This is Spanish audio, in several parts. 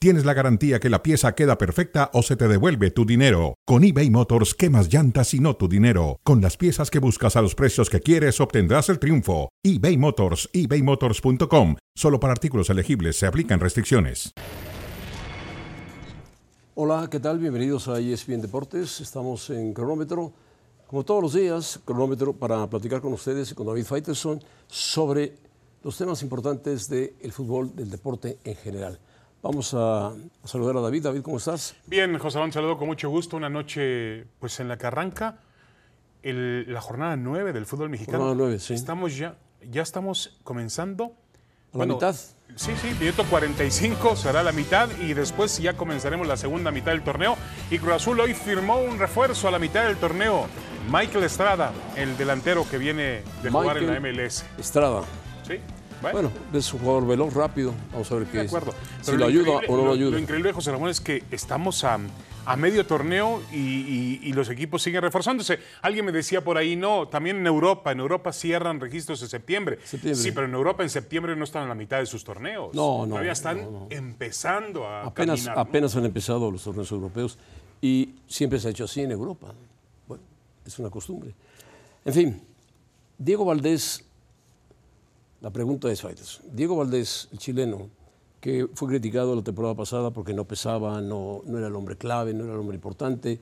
tienes la garantía que la pieza queda perfecta o se te devuelve tu dinero. Con eBay Motors, quemas llantas y no tu dinero. Con las piezas que buscas a los precios que quieres, obtendrás el triunfo. eBay Motors, ebaymotors.com. Solo para artículos elegibles se aplican restricciones. Hola, ¿qué tal? Bienvenidos a E ESPN Deportes. Estamos en cronómetro. Como todos los días, cronómetro para platicar con ustedes y con David Faitelson sobre los temas importantes del fútbol, del deporte en general. Vamos a saludar a David. David, ¿cómo estás? Bien, José Alonso, saludo con mucho gusto. Una noche pues en la que arranca el- la jornada 9 del fútbol mexicano. Jornada nueve, sí. Estamos ya, ya estamos comenzando. A la mitad. Sí, sí, minuto 45 será la mitad y después ya comenzaremos la segunda mitad del torneo. Y Cruz Azul hoy firmó un refuerzo a la mitad del torneo. Michael Estrada, el delantero que viene de jugar en la Michael MLS. Estrada. Sí, Bueno, es un jugador veloz, rápido. Vamos a ver qué ¿Eh? de es. acuerdo. Si Pero lo ayuda increíble- o no lo Lo ayuda. increíble, José Ramón, es que estamos a, a medio torneo y, y- y los equipos siguen reforzándose. Alguien me decía por ahí, no, también en Europa, en Europa cierran registros en septiembre. Septiembre. Sí, pero en Europa en septiembre no están en la mitad de sus torneos. No, no, Todavía están no, no. empezando a apenas, caminar, ¿no? apenas han empezado los torneos europeos y siempre se ha hecho así en Europa. Bueno, es una costumbre. En fin, Diego Valdés, la pregunta es, Faites, Diego Valdés, el chileno, que fue criticado la temporada pasada porque no pesaba, no, no era el hombre clave, no era el hombre importante,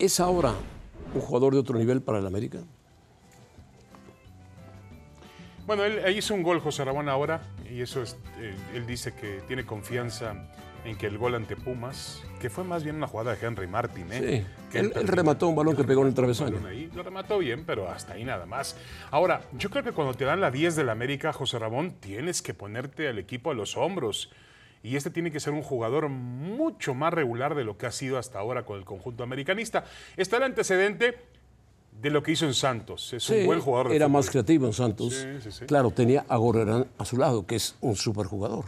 ¿es ahora un jugador de otro nivel para el América? Bueno, él, él hizo un gol José Ramón ahora y eso es, eh, él dice que tiene confianza en que el gol ante Pumas, que fue más bien una jugada de Henry Martin, ¿eh? Sí. Que Él, él terminó- remató un balón que pegó en el travesaño. balón ahí. Lo remató bien, pero hasta ahí nada más. Ahora, yo creo que cuando te dan la 10 del América, José Ramón, tienes que ponerte al equipo a los hombros. Y este tiene que ser un jugador mucho más regular de lo que ha sido hasta ahora con el conjunto americanista. Está el antecedente de lo que hizo en Santos. Es Sí, un buen jugador. de Era fútbol. más creativo en Santos. Sí, sí, sí. Claro, tenía a Gorrerán a su lado, que es un superjugador.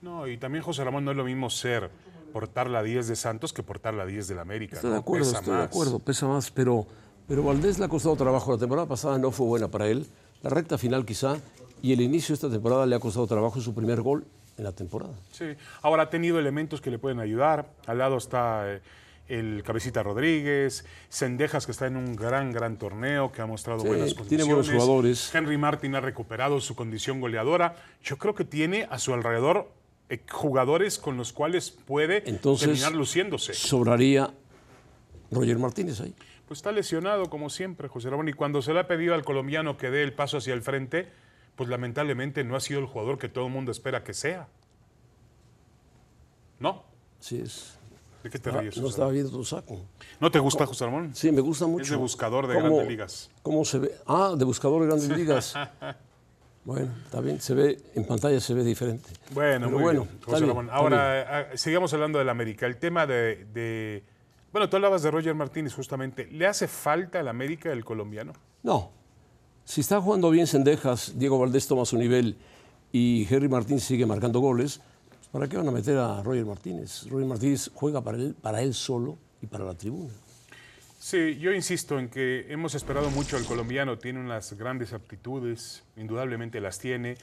No, y también José Ramón no es lo mismo ser portar la 10 de Santos que portar la 10 del América. Estoy de ¿no? acuerdo, Pesa estoy de más. acuerdo, pesa más, pero, pero Valdés le ha costado trabajo. La temporada pasada no fue buena para él. La recta final quizá, y el inicio de esta temporada le ha costado trabajo su primer gol en la temporada. Sí. Ahora ha tenido elementos que le pueden ayudar. Al lado está eh, el Cabecita Rodríguez, Sendejas que está en un gran, gran torneo, que ha mostrado Sí, buenas condiciones. tiene buenos jugadores. Henry Martin ha recuperado su condición goleadora. Yo creo que tiene a su alrededor eh, jugadores con los cuales puede Entonces, terminar luciéndose. Sobraría Roger Martínez ahí. Pues está lesionado como siempre, José Ramón, y cuando se le ha pedido al colombiano que dé el paso hacia el frente, pues lamentablemente no ha sido el jugador que todo el mundo espera que sea. ¿No? Sí, es. ¿De qué te Ah, ríes? no José estaba Ramón? viendo tu saco. ¿No te gusta José Ramón? Sí, me gusta mucho. Es de buscador de ¿Cómo- grandes ligas. ¿Cómo se ve? Ah, de buscador de grandes ligas. Bueno, está bien, se ve, en pantalla se ve diferente. Bueno, Pero muy bueno, bien, está José bien, Ramón. está bien. Ahora, ah, sigamos hablando del América. El tema de, de- Bueno, tú hablabas de Roger Martínez justamente. ¿Le hace falta al América el colombiano? No, si está jugando bien Sendejas, Diego Valdés toma su nivel y Henry Martín sigue marcando goles, pues, ¿para qué van a meter a Roger Martínez? Roger Martínez juega para él, para él solo y para la tribuna. Sí, yo insisto en que hemos esperado mucho al colombiano, tiene unas grandes aptitudes, indudablemente las tiene,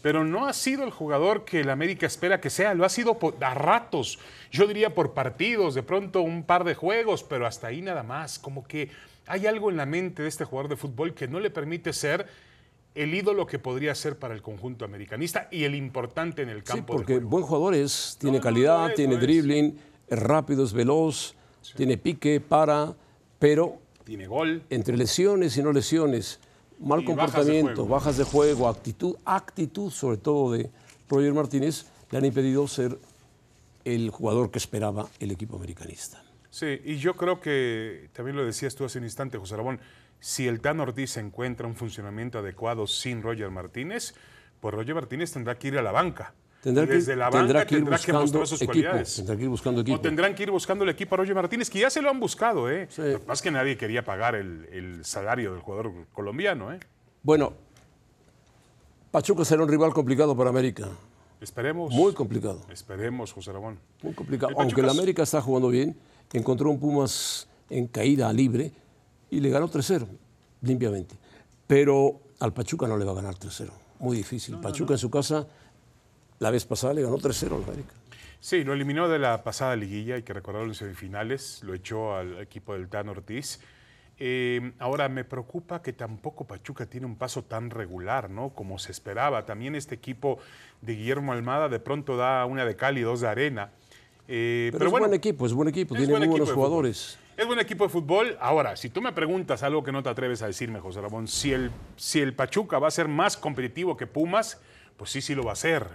pero no ha sido el jugador que el América espera que sea, lo ha sido por- a ratos, yo diría por partidos, de pronto un par de juegos, pero hasta ahí nada más, como que hay algo en la mente de este jugador de fútbol que no le permite ser el ídolo que podría ser para el conjunto americanista y el importante en el Sí, campo. de porque juego. buen jugador es, tiene no, calidad, no es, tiene no es. dribbling, es rápido, es veloz, tiene pique, para, pero Tiene gol. entre lesiones y no lesiones, mal Y comportamiento, bajas bajas de juego, actitud, actitud sobre todo de Roger Martínez, le han impedido ser el jugador que esperaba el equipo americanista. Sí, y yo creo que, también lo decías tú hace un instante, José Ramón, si el Tan Ortiz encuentra un funcionamiento adecuado sin Roger Martínez, pues Roger Martínez tendrá que ir a la banca. Tendrá Y que- Desde la banca tendrá tendrá que que, ir buscando mostrar sus equipo, cualidades. tendrá que ir buscando equipo. O tendrán que ir buscando el equipo a Roger Martínez, que ya se lo han buscado, ¿eh? Sí. Lo que pasa es que nadie quería pagar el, el salario del jugador colombiano, ¿eh? Bueno, Pachuca será un rival complicado para América. Esperemos. Muy complicado. Esperemos, José Ramón. Muy complicado. El Aunque Pachuca el es- América está jugando bien, encontró un Pumas en caída libre y le ganó 3-0, limpiamente. Pero al Pachuca no le va a ganar 3-0. Muy difícil. Pachuca en su casa, la vez pasada le ganó 3-0 al América. Sí, lo eliminó de la pasada liguilla, hay que recordarlo en semifinales, lo echó al equipo del Tan Ortiz. Eh, ahora, me preocupa que tampoco Pachuca tiene un paso tan regular, ¿no? Como se esperaba. También este equipo de Guillermo Almada de pronto da una de cal y dos de arena. Eh, Pero, es buen equipo, es buen equipo. es Tiene buen muy buenos equipo de fútbol. jugadores. Es buen equipo de fútbol. Ahora, si tú me preguntas algo que no te atreves a decirme, José Ramón, si el, si el Pachuca va a ser más competitivo que Pumas, pues sí, sí lo va a ser.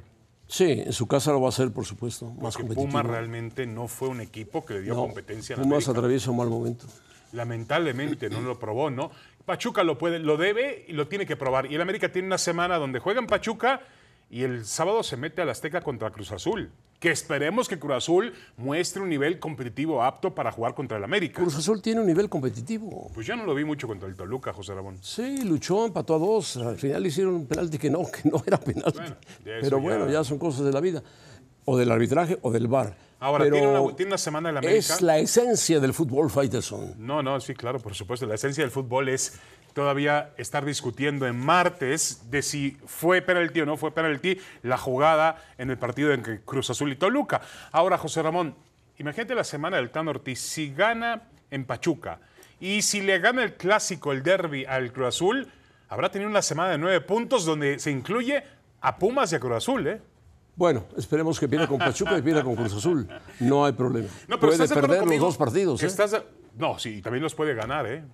Sí, en su casa lo va a hacer, por supuesto, más Que competitivo. Pumas realmente no fue un equipo que le dio No, competencia a la Pumas América. atraviesa un mal momento. Lamentablemente no lo probó, ¿no? Pachuca lo puede, lo debe y lo tiene que probar. Y el América tiene una semana donde juega en Pachuca y el sábado se mete al Azteca contra Cruz Azul. Que esperemos que Cruz Azul muestre un nivel competitivo apto para jugar contra el América. Cruz Azul tiene un nivel competitivo. Pues yo no lo vi mucho contra el Toluca, José Ramón. Sí, luchó, empató a dos. Al final hicieron un penalti que no, que no era penalti. Bueno, ya eso Pero bueno, ya- ya... son cosas de la vida. O del arbitraje o del VAR. Ahora, Pero tiene, una, tiene una semana el América. Es la esencia del fútbol, Faitelson. No, no, sí, claro, por supuesto. La esencia del fútbol es todavía estar discutiendo en martes de si fue penalti o no fue penalti la jugada en el partido en que Cruz Azul y Toluca. Ahora, José Ramón, imagínate la semana del Tan Ortiz. Si gana en Pachuca y si le gana el clásico, el derby al Cruz Azul, habrá tenido una semana de nueve puntos donde se incluye a Pumas y a Cruz Azul, ¿eh? Bueno, esperemos que pierda con Pachuca y pierda con Cruz Azul. No hay problema. No, pero Puede ¿estás de acuerdo perder conmigo los dos partidos. que ¿eh? estás de- No, sí, y también los puede ganar, ¿eh?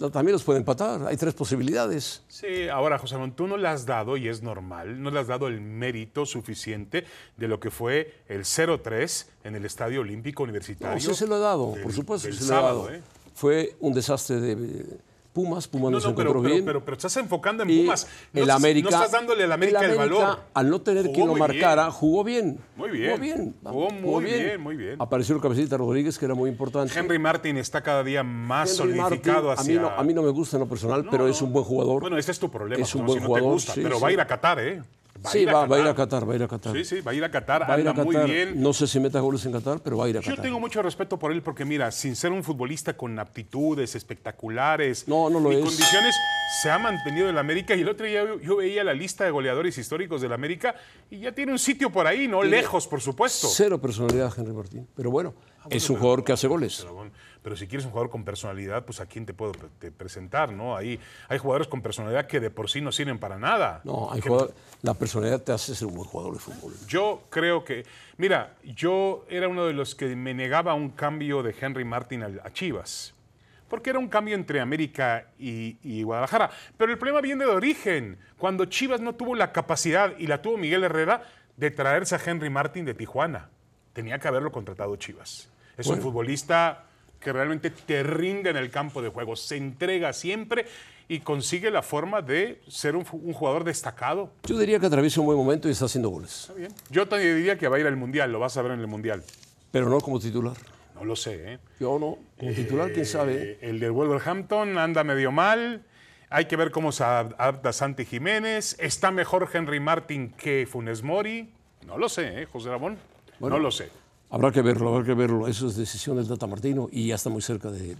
No, También los puede empatar. Hay tres posibilidades. Sí, ahora, José Ramón, tú no le has dado, y es normal, no le has dado el mérito suficiente de lo que fue el 0-3 en el Estadio Olímpico Universitario. No, sí se lo ha dado, del- por supuesto. que del se lo ha sábado, dado. ¿eh? Fue un desastre de Pumas. Pumas no, No, se no, pero, encontró pero- bien. pero- pero estás enfocando en Y Pumas. No el estás, América. No estás dándole al América el, América, valor. Al no tener Jugó quien lo muy bien. marcara, jugó bien. Muy bien. Jugó bien. Jugó muy bien, muy bien. Apareció el cabecita Rodríguez, que era muy importante. Henry Martin está cada día más Henry solidificado Martin, hacia... a, mí no, a mí no me gusta en lo personal, pero es un buen jugador. Bueno, ese es tu problema, Es un José buen Ramón, si no jugador, te gusta, sí, pero sí. va a ir a Qatar, ¿eh? sí, va, va a ir a Qatar, va a ir a Qatar. Sí, sí, va a ir a Qatar, Va a ir anda a muy Qatar. bien. No sé si meta goles en Qatar, pero va a ir a Yo Qatar. tengo mucho respeto por él porque, mira, sin ser un futbolista con aptitudes espectaculares No, no lo y es. condiciones, se ha mantenido en la América. Y el otro día yo, yo veía la lista de goleadores históricos de la América y ya tiene un sitio por ahí, ¿no? Lejos, por supuesto. Cero personalidad Henry Martín. Pero bueno, Ah, es un jugador que hace goles. Pero, pero si quieres un jugador con personalidad, pues a quién te puedo pre- te presentar, ¿no? Ahí hay jugadores con personalidad que de por sí no sirven para nada. No, hay jugador- la personalidad te hace ser un buen jugador de fútbol. Yo creo que, mira, yo era uno de los que me negaba un cambio de Henry Martin al- a Chivas, porque era un cambio entre América y, y Guadalajara. Pero el problema viene de origen, cuando Chivas no tuvo la capacidad, y la tuvo Miguel Herrera, de traerse a Henry Martin de Tijuana. Tenía que haberlo contratado Chivas. Es un futbolista que realmente te rinde en el campo de juego, se entrega siempre y consigue la forma de ser un, fu- un jugador destacado. Yo diría que atraviesa un buen momento y está haciendo goles. Está bien. Yo te diría que va a ir al Mundial, lo vas a ver en el Mundial. Pero no como titular. No lo sé, ¿eh? Yo no, como titular, quién sabe. Eh, El del Wolverhampton anda medio mal. Hay que ver cómo se ad- adapta Santi Jiménez. ¿Está mejor Henry Martin que Funes Mori? No lo sé, ¿eh, José Ramón? no lo sé. Habrá que verlo, habrá que verlo. Eso es decisión del Tata Martino y ya está muy cerca de.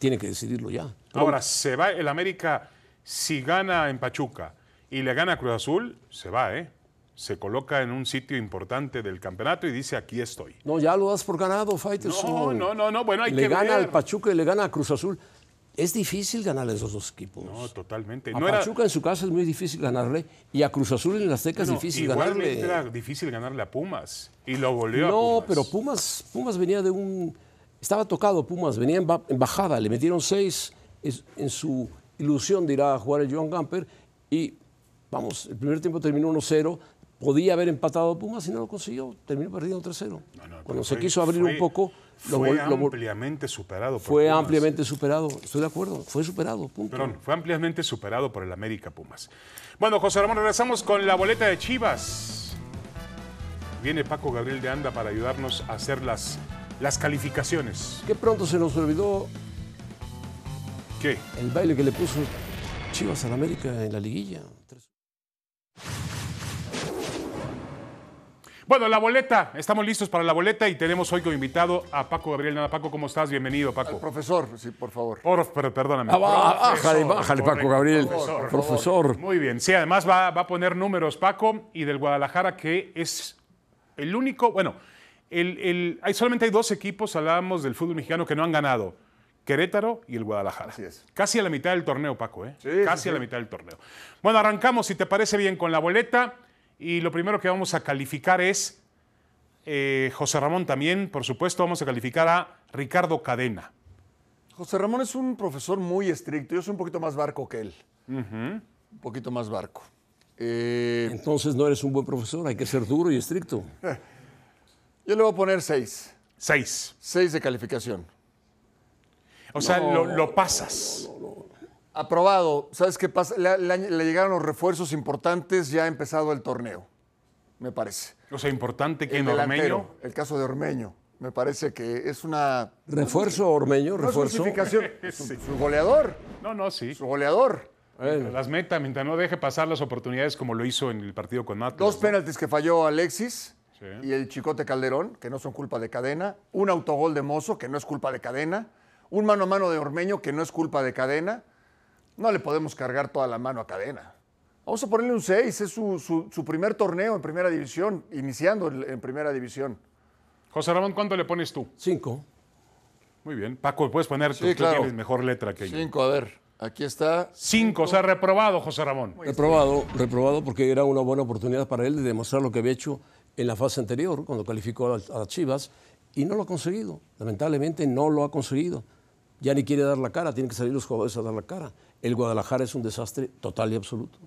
Tiene que decidirlo ya. Ahora, se va el América si gana en Pachuca y le gana a Cruz Azul, se va, ¿eh? Se coloca en un sitio importante del campeonato y dice, aquí estoy. No, ya lo das por ganado, Fighters. No, no, no, no. Bueno, hay Le que gana ver. al Pachuca y le gana a Cruz Azul. Es difícil ganarle a esos dos equipos. No, totalmente. a No era, Pachuca en su casa es muy difícil ganarle y a Cruz Azul en las Azteca No, es difícil igualmente ganarle. era difícil ganarle a Pumas. Y lo goleó a No, Pumas. pero Pumas, Pumas venía de un. Estaba tocado Pumas, venía en, ba- en bajada, le metieron seis es- en su ilusión de ir a jugar el Joan Gamper y, vamos, el primer tiempo terminó 1-0. Podía haber empatado Pumas y no lo consiguió, terminó perdiendo 3-0. No, no, pero Cuando se fue- quiso abrir fue- un poco, lo fue vol- lo vol- ampliamente superado por fue Pumas. ampliamente superado. Estoy de acuerdo, fue superado, punto. Perdón, fue ampliamente superado por el América Pumas. Bueno, José Ramón, regresamos con la boleta de Chivas. Viene Paco Gabriel de Anda para ayudarnos a hacer las, las calificaciones. Que pronto se nos olvidó ¿Qué? el baile que le puso Chivas al América en la liguilla. Bueno, la boleta. Estamos listos para la boleta y tenemos hoy como invitado a Paco Gabriel Nada. Paco, ¿cómo estás? Bienvenido, Al Paco. profesor, sí, por favor. Por, per- perdóname. Ah, va, bájale, Profesor, bájale, Paco correcto, Gabriel. profesor. Profesor. Muy bien. Sí, además va, va a poner números Paco y del Guadalajara, que es el único. Bueno, el, el- hay, solamente hay dos equipos, hablábamos del fútbol mexicano, que no han ganado: Querétaro y el Guadalajara. Así es. Casi a la mitad del torneo, Paco, ¿eh? Sí, Casi sí, a la sí. mitad del torneo. Bueno, arrancamos, si te parece bien, con la boleta. Y lo primero que vamos a calificar es. eh, José Ramón también, por supuesto, vamos a calificar a Ricardo Cadena. José Ramón es un profesor muy estricto. Yo soy un poquito más barco que él. Un poquito más barco. Eh, Entonces no eres un buen profesor, hay que ser duro y estricto. yo le voy a poner seis. Seis. Seis de calificación. O sea, lo, lo pasas. Aprobado. ¿Sabes qué pasa? Le, le- le llegaron los refuerzos importantes, ya ha empezado el torneo, me parece. O sea, importante que El en delantero, Ormeño. El caso de Ormeño. Me parece que es una... Refuerzo, Ormeño, no es refuerzo. justificación. Su, su goleador. No, no, sí. Su goleador. Bueno, Las meta mientras no deje pasar las oportunidades como lo hizo en el partido con Atlas. Dos ¿no? penaltis que falló Alexis Sí. y el Chicote Calderón, que no son culpa de cadena. Un autogol de Mozo, que no es culpa de cadena. Un mano a mano de Ormeño, que no es culpa de cadena. No le podemos cargar toda la mano a cadena. Vamos a ponerle un 6, es su, su- su primer torneo en primera división, iniciando en en primera división. José Ramón, ¿cuánto le pones tú? cinco. Muy bien. Paco, puedes poner tú, Sí, tú claro. tienes mejor letra que yo. Cinco, 5, a ver, aquí está. o sea, reprobado, José Ramón. Reprobado, reprobado porque era una buena oportunidad para él de demostrar lo que había hecho en la fase anterior, cuando calificó a las, a las Chivas, y no lo ha conseguido. Lamentablemente no lo ha conseguido. Ya ni quiere dar la cara, tienen que salir los jugadores a dar la cara. El Guadalajara es un desastre total y absoluto.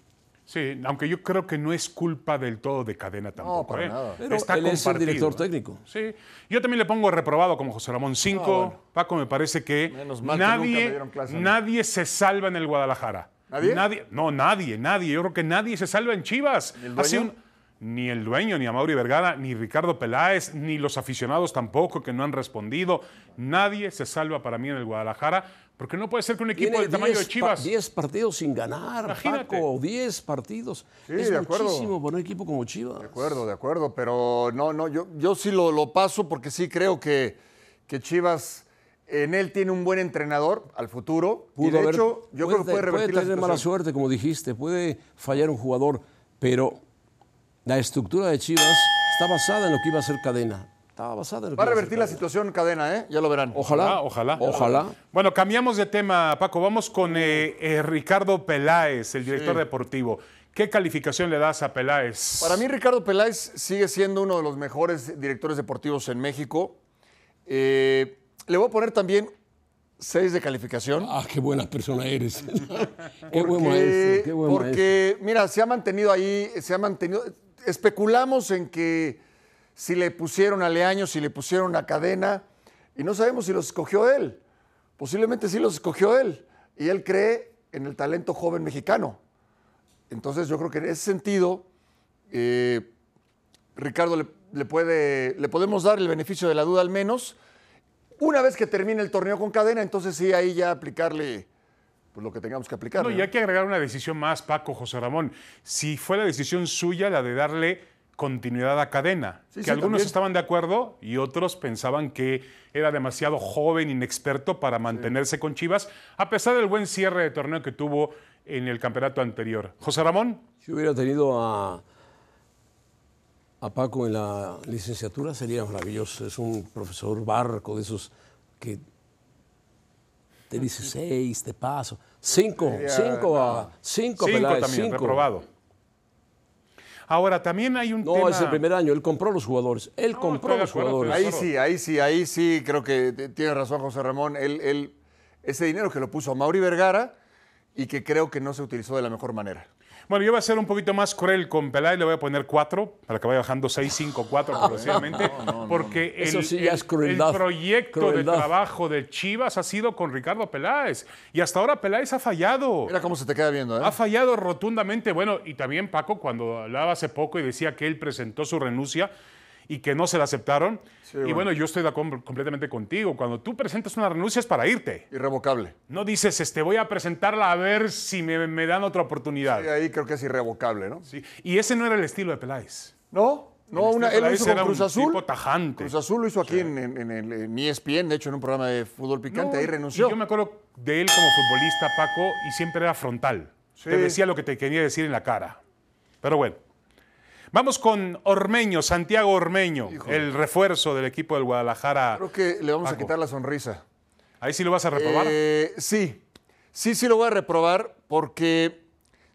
Sí, aunque yo creo que no es culpa del todo de cadena tampoco. para ¿eh? nada. Pero Está él es el compartido, director ¿eh? técnico. Sí, yo también le pongo reprobado como José Ramón 5. Paco, me parece que Menos mal que nunca me nadie, dieron clase a mí. nadie se salva en el Guadalajara. ¿Nadie? No, nadie, nadie. Yo creo que nadie se salva en Chivas. el Ha sido dueño? ni el dueño, ni a Mauri Vergara, ni Ricardo Peláez, ni los aficionados tampoco que no han respondido. Nadie se salva para mí en el Guadalajara, porque no puede ser que un equipo del tamaño de Chivas. 10 partidos sin ganar, Imagínate. Paco, 10 partidos. Sí, es de acuerdo. muchísimo para un equipo como Chivas. De acuerdo, de acuerdo, pero no, no, yo, yo sí lo, lo paso porque sí creo que, que Chivas en él tiene un buen entrenador al futuro. y de haber- hecho, yo creo que puede revertir la tener mala situación. suerte, como dijiste, puede fallar un jugador, pero la estructura de Chivas está basada en lo que iba a ser cadena. Estaba basada en lo que Va a iba ser revertir la Cadena. situación cadena, ¿eh? Ya lo verán. Ojalá, Ah, Ojalá, ojalá. Ojalá. Bueno, cambiamos de tema, Paco. Vamos con eh, eh, Ricardo Peláez, el director deportivo. ¿Qué calificación le das a Peláez? Para mí, Ricardo Peláez sigue siendo uno de los mejores directores deportivos en México. Eh, le voy a poner también seis de calificación. Ah, qué buena persona eres. qué buen Porque- maestro, qué buen maestro. porque, mira, se ha mantenido ahí, se ha mantenido. Especulamos en que si le pusieron a Leaño, si le pusieron a Cadena, y no sabemos si los escogió él. Posiblemente sí los escogió él. Y él cree en el talento joven mexicano. Entonces, yo creo que en ese sentido, eh, Ricardo le, le puede, le podemos dar el beneficio de la duda al menos. Una vez que termine el torneo con cadena, entonces sí, ahí ya aplicarle pues, lo que tengamos que aplicar. No, y ¿no? hay que agregar una decisión más, Paco José Ramón. Si fue la decisión suya la de darle continuidad a cadena, Sí, que sí, algunos también. estaban de acuerdo y otros pensaban que era demasiado joven, inexperto para mantenerse con Chivas, a pesar del buen cierre de torneo que tuvo en el campeonato anterior. José Ramón, Si hubiera tenido a, a Paco en la licenciatura, sería maravilloso. Es un profesor barco de esos que te dice seis, te paso. Cinco, cinco a cinco, a cinco Peláez, también, cinco. reprobado. Ahora, también hay un No, tema... es el primer año. Él compró los jugadores. Él No, compró estoy de los acuerdo, jugadores. Ahí Claro. sí, ahí sí, ahí sí, creo que t- tiene razón José Ramón. Él, él- ese dinero que lo puso a Mauri Vergara y que creo que no se utilizó de la mejor manera. Bueno, yo voy a ser un poquito más cruel con Peláez, le voy a poner 4 para que vaya bajando 6, 5, 4 progresivamente, porque Eso el, sí ya el- es crueldad, el proyecto crueldad. de trabajo de Chivas ha sido con Ricardo Peláez y hasta ahora Peláez ha fallado. Mira cómo se te queda viendo, ¿eh? Ha fallado rotundamente. Bueno, y también Paco, cuando hablaba hace poco y decía que él presentó su renuncia y que no se la aceptaron. y bueno, yo estoy de acuerdo completamente contigo. Cuando tú presentas una renuncia es para irte. Irrevocable. No dices, este, voy a presentarla a ver si me, me dan otra oportunidad. Y ahí creo que es irrevocable, ¿no? Sí, Y ese no era el estilo de Peláez. ¿No? No, una, él lo Peláez hizo con era un Cruz Azul. tipo tajante. Cruz Azul lo hizo aquí en, en, en el- en E ESPN, de hecho, en un programa de fútbol picante, No, ahí y renunció. Yo me acuerdo de él como futbolista, Paco, y siempre era frontal. Sí. Te decía lo que te quería decir en la cara. Pero bueno. Vamos con Ormeño, Santiago Ormeño, el refuerzo del equipo del Guadalajara. Creo que le vamos a Paco. quitar la sonrisa. Ahí sí lo vas a reprobar. Eh, sí, sí, sí lo voy a reprobar porque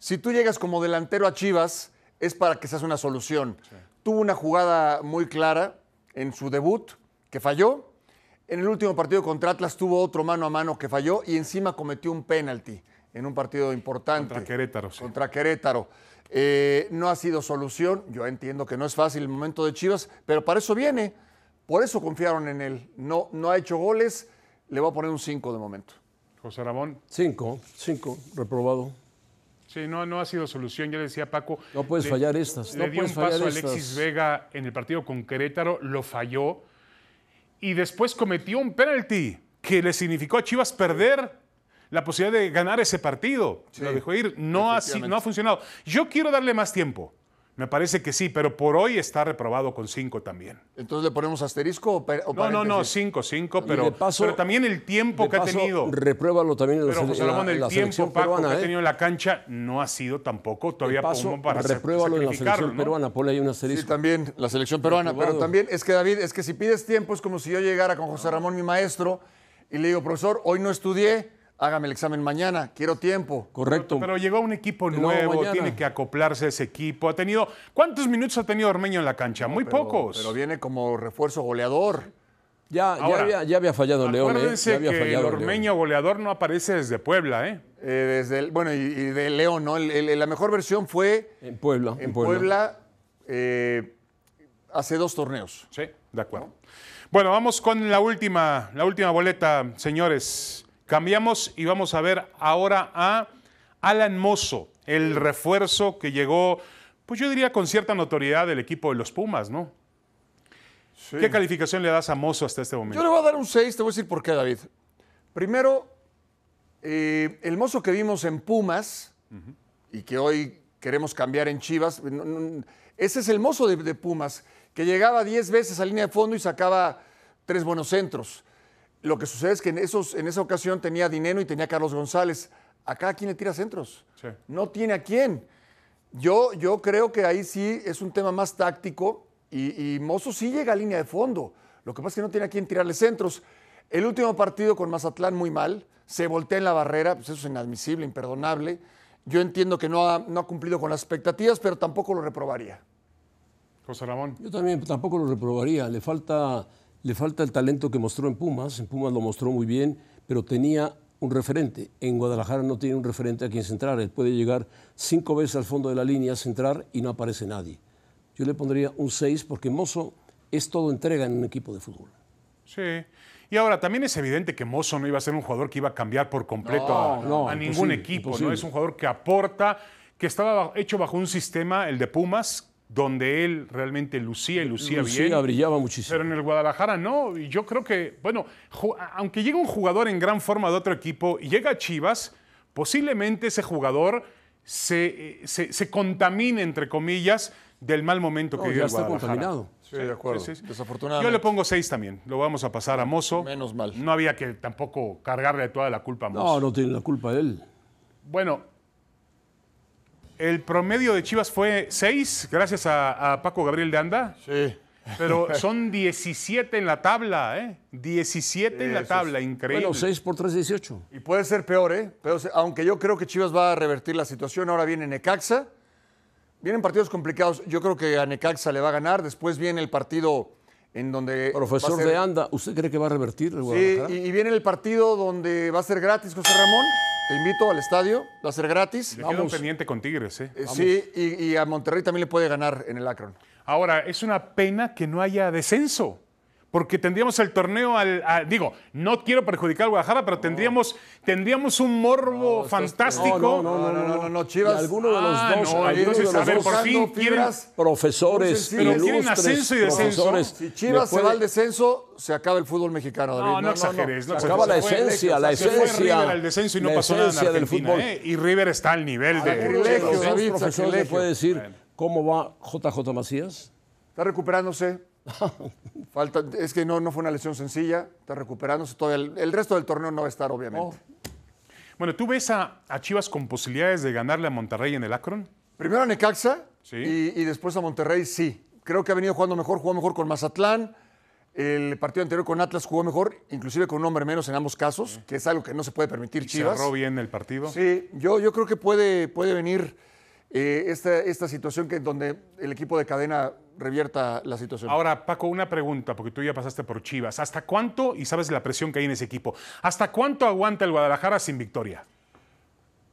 si tú llegas como delantero a Chivas es para que seas una solución. Tuvo una jugada muy clara en su debut que falló. En el último partido contra Atlas tuvo otro mano a mano que falló y encima cometió un penalti en un partido importante. Contra Querétaro, sí. Pues Contra Querétaro. Eh, no ha sido solución. Yo entiendo que no es fácil el momento de Chivas, pero para eso viene. Por eso confiaron en él. No, no ha hecho goles. Le voy a poner un 5 de momento. José Ramón. Cinco, cinco, reprobado. Sí, no, no ha sido solución. Ya le decía Paco. No puedes le- fallar estas, Le no dio un puedes fallar paso a Alexis estas. Vega en el partido con Querétaro, lo falló. Y después cometió un penalti que le significó a Chivas perder la posibilidad de ganar ese partido. lo dejó ir. No ha, si- no ha funcionado. Yo quiero darle más tiempo. Me parece que sí, pero por hoy está reprobado con cinco también. Entonces le ponemos asterisco o, pa- o No, no, no, paréntesis? cinco, cinco, Y pero, de paso- pero también el tiempo De que paso, ha tenido. Repruébalo también en la, Pero sele- José Pues, en la- Ramón, en el la tiempo selección Paco, peruana. que ha ¿eh? tenido en la cancha no ha sido tampoco todavía De paso, pulmón para sac- repruébalo en la sacrificarlo, selección ¿no? peruana. Ponle ahí un Sí, asterisco. también la selección peruana. Pero Reprobado. también es que David, es que si pides tiempo es como si yo llegara con José Ramón, mi maestro, y le digo, profesor, hoy no estudié, hágame el examen mañana, quiero tiempo. Correcto. Pero llegó un equipo Pero nuevo, mañana. tiene que acoplarse a ese equipo. Ha tenido ¿Cuántos minutos ha tenido Ormeño en la cancha? Muy pocos. Pero viene como refuerzo goleador. ya, ya Ahora, había, ya había fallado León. ¿eh? Acuérdense Ya había que el fallado León. Ormeño goleador no aparece desde Puebla, ¿eh? eh, desde el- bueno, y, y de León, ¿no? El- el- la mejor versión fue En Puebla. en Puebla eh, hace dos torneos. Sí, de acuerdo. Bueno, vamos con la última, la última boleta, señores. Cambiamos y vamos a ver ahora a Alan Mozo, el refuerzo que llegó, pues yo diría con cierta notoriedad del equipo de los Pumas, ¿no? ¿Qué calificación le das a Mozo hasta este Yo momento? le voy a dar un 6, te voy a decir por qué, David. Primero, eh, el mozo que vimos en Pumas y que hoy queremos cambiar en Chivas, no- no- ese es el mozo de, de Pumas, que llegaba 10 veces a línea de fondo y sacaba tres buenos centros. Lo que sucede es que en, esos, en esa ocasión tenía Dineno y tenía Carlos González. Acá, ¿a quién le tira centros? Sí. No tiene a quién. Yo, yo creo que ahí sí es un tema más táctico y, y Mozo sí llega a línea de fondo. Lo que pasa es que no tiene a quién tirarle centros. El último partido con Mazatlán muy mal, se voltea en la barrera, pues eso es inadmisible, imperdonable. Yo entiendo que no ha, no ha cumplido con las expectativas, pero tampoco lo reprobaría. José Ramón. Yo también tampoco lo reprobaría. Le falta, le falta el talento que mostró en Pumas. En Pumas lo mostró muy bien, pero tenía un referente. En Guadalajara no tiene un referente a quien centrar. Él puede llegar cinco veces al fondo de la línea, centrar y no aparece nadie. Yo le pondría un 6 porque Mozo es todo entrega en un equipo de fútbol. Sí. Y ahora, también es evidente que Mozo no iba a ser un jugador que iba a cambiar por completo a, no, a ningún imposible, equipo, ¿no? imposible. Es un jugador que aporta, que estaba bajo- hecho bajo un sistema, el de Pumas, donde él realmente lucía y lucía, bien. Lucía brillaba muchísimo. Pero en el Guadalajara no, y yo creo que, bueno, ju- a- aunque llega un jugador en gran forma de otro equipo y llega a Chivas, posiblemente ese jugador se, eh, se, se contamine, entre comillas, del mal momento No, que ya vive el está Guadalajara. contaminado. Sí, de acuerdo. Sí, sí, sí. Desafortunadamente. Yo le pongo seis también. Lo vamos a pasar a Mozo. Menos mal. No había que tampoco cargarle toda la culpa a Mozo. No, no tiene la culpa él. Bueno, el promedio de Chivas fue seis, gracias a, a Paco Gabriel de Anda. Sí. Pero son 17 en la tabla, ¿eh? 17 en la tabla, increíble. Bueno, 6 por 3, 18. Y puede ser peor, ¿eh? Pero, se- aunque yo creo que Chivas va a revertir la situación. Ahora viene Necaxa. Vienen partidos complicados. Yo creo que a Necaxa le va a ganar. Después viene el partido en donde. Profesor va a ser- de Anda, ¿usted cree que va a revertir el Sí, Guadalajara? y, y viene el partido donde va a ser gratis, José Ramón. Te invito al estadio. Va a ser gratis. Le queda un vamos. pendiente con Tigres, ¿eh? Eh, Sí, y, y a Monterrey también le puede ganar en el Akron. Ahora, es una pena que no haya descenso, porque tendríamos el torneo al. a- digo, no quiero perjudicar al Guadalajara, pero tendríamos, tendríamos un morbo fantástico. No, no, no, No, no, no, no, no, Chivas. Chivas. alguno de los Ah, dos, no, alguno entonces, de los a ver, dos por fin Tocando quieren- fibras. profesores, Muy sencillo. Pero tienen ilustres ascenso y descenso, profesores, ¿no? Si Chivas ¿me puede- se va al descenso, se acaba el fútbol mexicano, David. No, no, exageres. No, Se exageres. acaba la Se fue- esencia, la se fue esencia. River al descenso y no la pasó nada en esencia del Argentina, fútbol. ¿eh? Y River está al nivel ¿Alguno de. de los Sacrilegio, dos David, profesores le sacrilegio. puede decir cómo va JJ Macías? Está recuperándose. Falta, es que no, no fue una lesión sencilla. Está recuperándose. Todo el, el resto del torneo no va a estar, Oh. obviamente. Bueno, ¿tú ves a, a Chivas con posibilidades de ganarle a Monterrey en el Akron? Primero a Necaxa Sí. y, y después a Monterrey, sí. Creo que ha venido jugando mejor, jugó mejor con Mazatlán. El partido anterior con Atlas jugó mejor, inclusive con un hombre menos en ambos casos, que es algo que no se puede permitir Chivas. Cerró bien el partido. Sí, yo, yo creo que puede, puede venir eh, esta, esta situación que donde el equipo de cadena revierta la situación. Ahora, Paco, una pregunta, porque tú ya pasaste por Chivas. ¿Hasta cuánto, y sabes la presión que hay en ese equipo, hasta cuánto aguanta el Guadalajara sin victoria?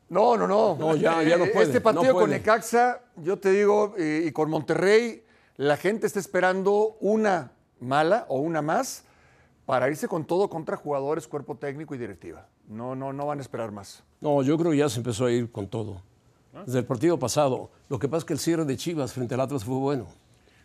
No, no, no. No, ya- ya no Eh, puede, Este partido no con puede. Necaxa, yo te digo, eh, y con Monterrey, la gente está esperando una mala o una más para irse con todo contra jugadores, cuerpo técnico y directiva. No, no, no van a esperar más. No, yo creo que ya se empezó a ir con todo. Ah. Desde el partido pasado. Lo que pasa es que el cierre de Chivas frente al Atlas fue bueno.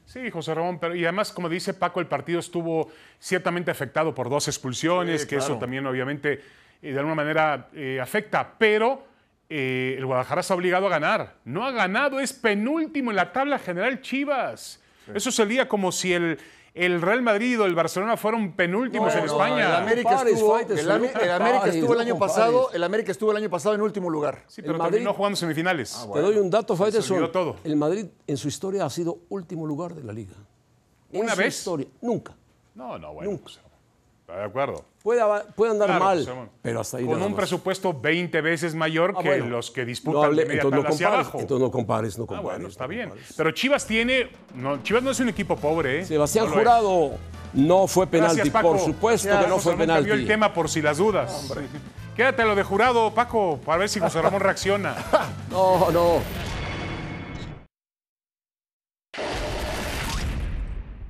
Sí, José Ramón, pero y además, como dice Paco, el partido estuvo ciertamente afectado por dos expulsiones, Sí, que eso claro. también obviamente eh, de alguna manera eh, afecta, pero eh, el Guadalajara se ha obligado a ganar. No ha ganado, es penúltimo en la tabla general Chivas. Eso sería como si el, el Real Madrid o el Barcelona fueran penúltimos en No, España. El América, Pares, estuvo, Faites, el Ami- Faites, el América Pares, estuvo el año no compares. pasado, el América estuvo el año pasado en último lugar. sí, pero el Madrid- terminó jugando semifinales. Ah, Te doy un dato, Faitelson. olvidó todo. El Madrid en su historia ha sido último lugar de la liga. En ¿Una su vez? historia, nunca. No, no, bueno. José Ramón. Está de acuerdo. Puede, ava- puede andar Claro, mal, José Ramón. pero hasta ahí Con nada un más. presupuesto 20 veces mayor Ah, que bueno. los que disputan no hable- de media entonces, no tabla hacia compares, abajo. entonces no compares, no Ah, compares. bueno, está no bien. compares. Pero Chivas tiene. No, Chivas no es un equipo pobre, ¿eh? Sebastián No lo es. Jurado no fue penalti, Gracias, Paco. por supuesto Gracias, que no José fue Ramón, penalti. Ah, cambió el tema por si las dudas. Quédate lo de Jurado, Paco, para ver si José Ramón reacciona. No, no.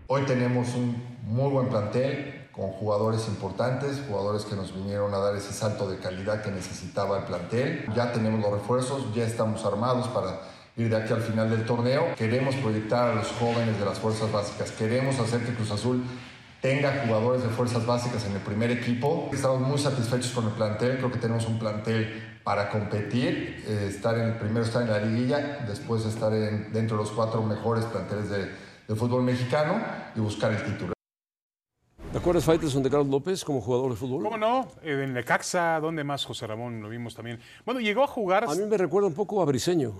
Hoy tenemos un muy buen plantel con jugadores importantes, jugadores que nos vinieron a dar ese salto de calidad que necesitaba el plantel. Ya tenemos los refuerzos, ya estamos armados para ir de aquí al final del torneo. Queremos proyectar a los jóvenes de las fuerzas básicas, queremos hacer que Cruz Azul tenga jugadores de fuerzas básicas en el primer equipo. Estamos muy satisfechos con el plantel, creo que tenemos un plantel para competir, eh, estar en primero estar en la liguilla, después estar en- dentro de los cuatro mejores planteles de- del fútbol mexicano y buscar el título. ¿Te acuerdas, Faitelson, de Carlos López como jugador de fútbol? ¿Cómo no? Eh, En Necaxa, ¿dónde más, José Ramón? Lo vimos también. Bueno, llegó a jugar. A mí me recuerda un poco a Briseño.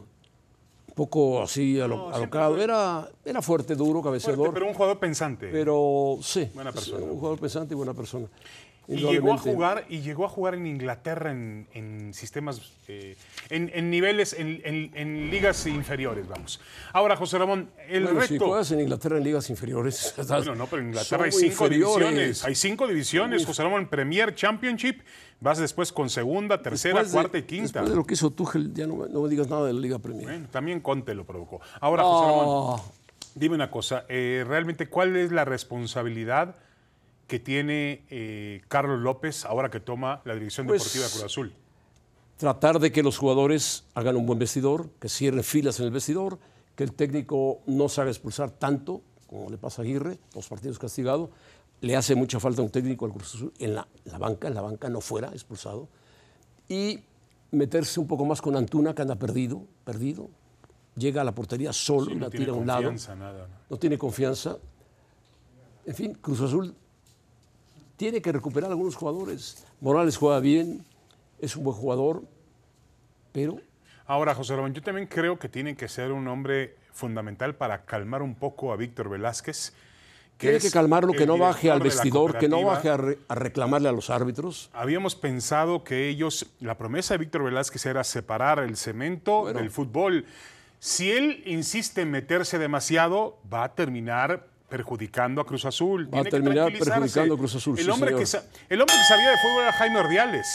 Un poco así, alo- alocado. Era, era fuerte, duro, fuerte, cabeceador. pero un jugador pensante. pero, sí. Buena es persona. Un jugador pensante y buena persona. Y llegó a Indudablemente. jugar, y llegó a jugar en Inglaterra en, en sistemas, eh, en, en niveles, en, en- en ligas inferiores, vamos. Ahora, José Ramón, el Bueno, si reto. juegas en Inglaterra en ligas inferiores. estás- Bueno, no, pero en son Inglaterra hay cinco inferiores. divisiones. Hay cinco divisiones, José Ramón, Premier, Championship, vas después con segunda, tercera, Después de- cuarta y quinta. Después de lo que hizo Tuchel, ya no, me- no me digas nada de la Liga Premier. Ah. Bueno, también Conte lo provocó. Ahora, José Ramón, dime una cosa, eh, realmente, ¿cuál es la responsabilidad que tiene eh, Carlos López ahora que toma la dirección Pues, deportiva de Cruz Azul? tratar de que los jugadores hagan un buen vestidor, que cierren filas en el vestidor, que el técnico no se haga expulsar tanto, como le pasa a Aguirre, dos partidos castigado. Le hace mucha falta a un técnico al Cruz Azul en la, la banca, en la banca no fuera expulsado. Y meterse un poco más con Antuna, que anda perdido, perdido. Llega a la portería solo, Sí, y la tiene tira a un lado confianza, nada, ¿no? no tiene confianza. En fin, Cruz Azul tiene que recuperar algunos jugadores. Morales juega bien, es un buen jugador, pero Ahora, José Ramón, yo también creo que tiene que ser un hombre fundamental para calmar un poco a Víctor Velázquez. tiene que es calmarlo, que el no baje al director de la vestidor, que no cooperativa. baje a, re- a reclamarle a los árbitros. Habíamos pensado que ellos, la promesa de Víctor Velázquez era separar el cemento del fútbol. Si él insiste en meterse demasiado, va a terminar perjudicando a Cruz Azul. Va a Tiene que terminar tranquilizarse. perjudicando a Cruz Azul, El, sí, hombre señor. que sa- el hombre que sabía de fútbol era Jaime Ordiales.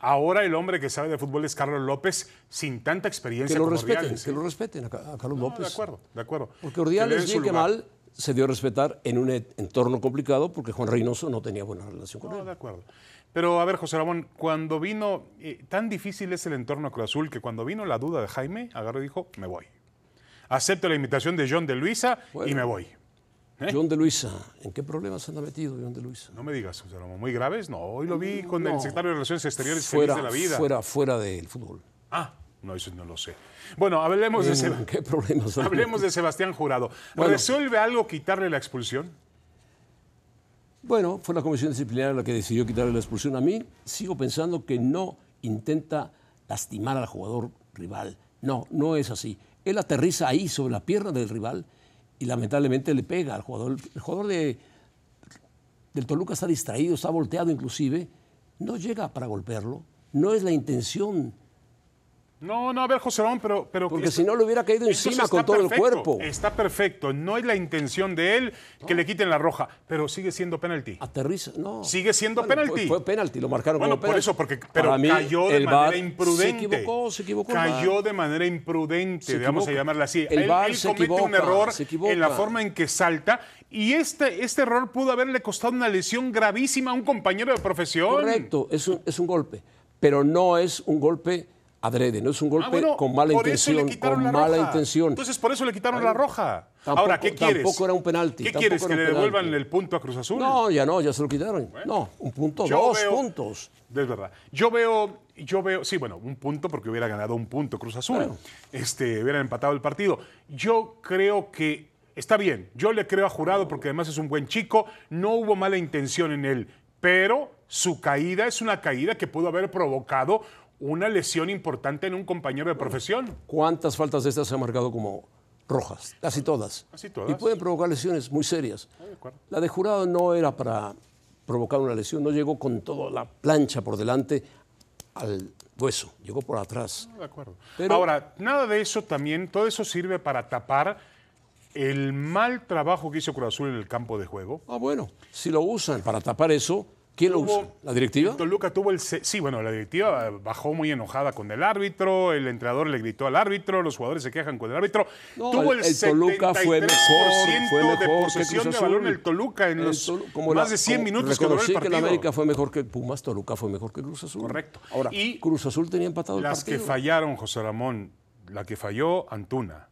Ahora el hombre que sabe de fútbol es Carlos López, sin Que tanta experiencia lo como respeten, Ordiales, que ¿eh? lo respeten a, Ca- a Carlos No, López. de acuerdo, de acuerdo. Porque le den Ordiales, su bien que lugar. mal, se dio a respetar en un e- entorno complicado porque Juan Reynoso no tenía buena relación con No, él. de acuerdo. Pero a ver, José Ramón, cuando vino, eh, tan difícil es el entorno a Cruz Azul que cuando vino la duda de Jaime, agarró y dijo, me voy. Acepto la invitación de John de Luisa y Bueno. me voy. ¿Eh? John de Luisa, ¿en qué problemas anda metido John de Luisa? No me digas, José Ramón, muy graves. No, hoy lo vi con el No. secretario de Relaciones Exteriores feliz Fuera, de la vida. fuera, fuera del fútbol. Ah, No, eso no lo sé. Bueno, hablemos de ese. Pues ¿Qué problemas hay? Hablemos de Sebastián Jurado. Mm. Bueno. ¿Resuelve algo quitarle la expulsión? Bueno, fue la comisión disciplinaria la que decidió quitarle la expulsión. A mí sigo pensando que no intenta lastimar al jugador rival. No, no es así. Él aterriza ahí sobre la pierna del rival y lamentablemente le pega al jugador. El jugador de, del Toluca está distraído, está volteado inclusive. No llega para golpearlo. No es la intención. No, no, a ver, José Ramón, pero. pero Porque esto- si no le hubiera caído esto encima está con todo el perfecto, cuerpo. Está perfecto. No es la intención de él que le quiten la roja, pero sigue siendo penalti. Aterriza, no. Sigue siendo penalti. Fue, fue penalti, lo marcaron Bueno, como por penalti. eso, porque Para pero mí, cayó de el manera VAR imprudente. Se equivocó, se equivocó. el Cayó VAR. de manera imprudente, Se vamos a equivoca. llamarla así. El él VAR él se comete un equivoca, error se equivoca. en la forma en que salta y este, este error pudo haberle costado una lesión gravísima a un compañero de profesión. Correcto, es un, es un golpe. Pero no es un golpe adrede, no es un golpe Ah, bueno, con mala por eso le intención. quitaron Con la mala roja. intención. Entonces, por eso le quitaron la roja. Tampoco- Ahora, ¿qué quieres? tampoco era un penalti, ¿Qué tampoco quieres? era ¿Que un le penalti. devuelvan el punto a Cruz Azul? no, ya no, ya se lo quitaron. no, un punto, Yo dos veo- puntos. Es verdad. Yo veo, yo veo, sí, bueno, un punto porque hubiera ganado un punto Cruz Azul. Claro. Este, hubieran empatado el partido. Yo creo que está bien. Yo le creo a Jurado porque además es un buen chico. No hubo mala intención en él, pero su caída es una caída que pudo haber provocado una lesión importante en un compañero de profesión. ¿Cuántas faltas de estas se han marcado como rojas? Casi todas. Casi todas. Ah, Y pueden provocar lesiones muy serias. acuerdo. La de jurado no era para provocar una lesión, no llegó con toda la plancha por delante al hueso, llegó por atrás. De acuerdo. Pero- Ahora, nada de eso también, todo eso sirve para tapar el mal trabajo que hizo Cruz Azul en el campo de juego. Ah, bueno, si lo usan para tapar eso, ¿quién lo Tuvo- usa? ¿La directiva? Toluca tuvo el... se- Sí, bueno, la directiva bajó muy enojada con el árbitro, el entrenador le gritó al árbitro, los jugadores se quejan con el árbitro. No, tuvo el- el Toluca fue mejor, 73% fue mejor de que posesión Cruz de Azul. balón el Toluca en El los Tolu- como más la- de 100 como- minutos que duró el reconocí partido. que la América fue mejor que Pumas, Toluca fue mejor que Cruz Azul. Correcto. Ahora, Y Cruz Azul tenía empatado el Las partido. que fallaron, José Ramón, la que falló Antuna,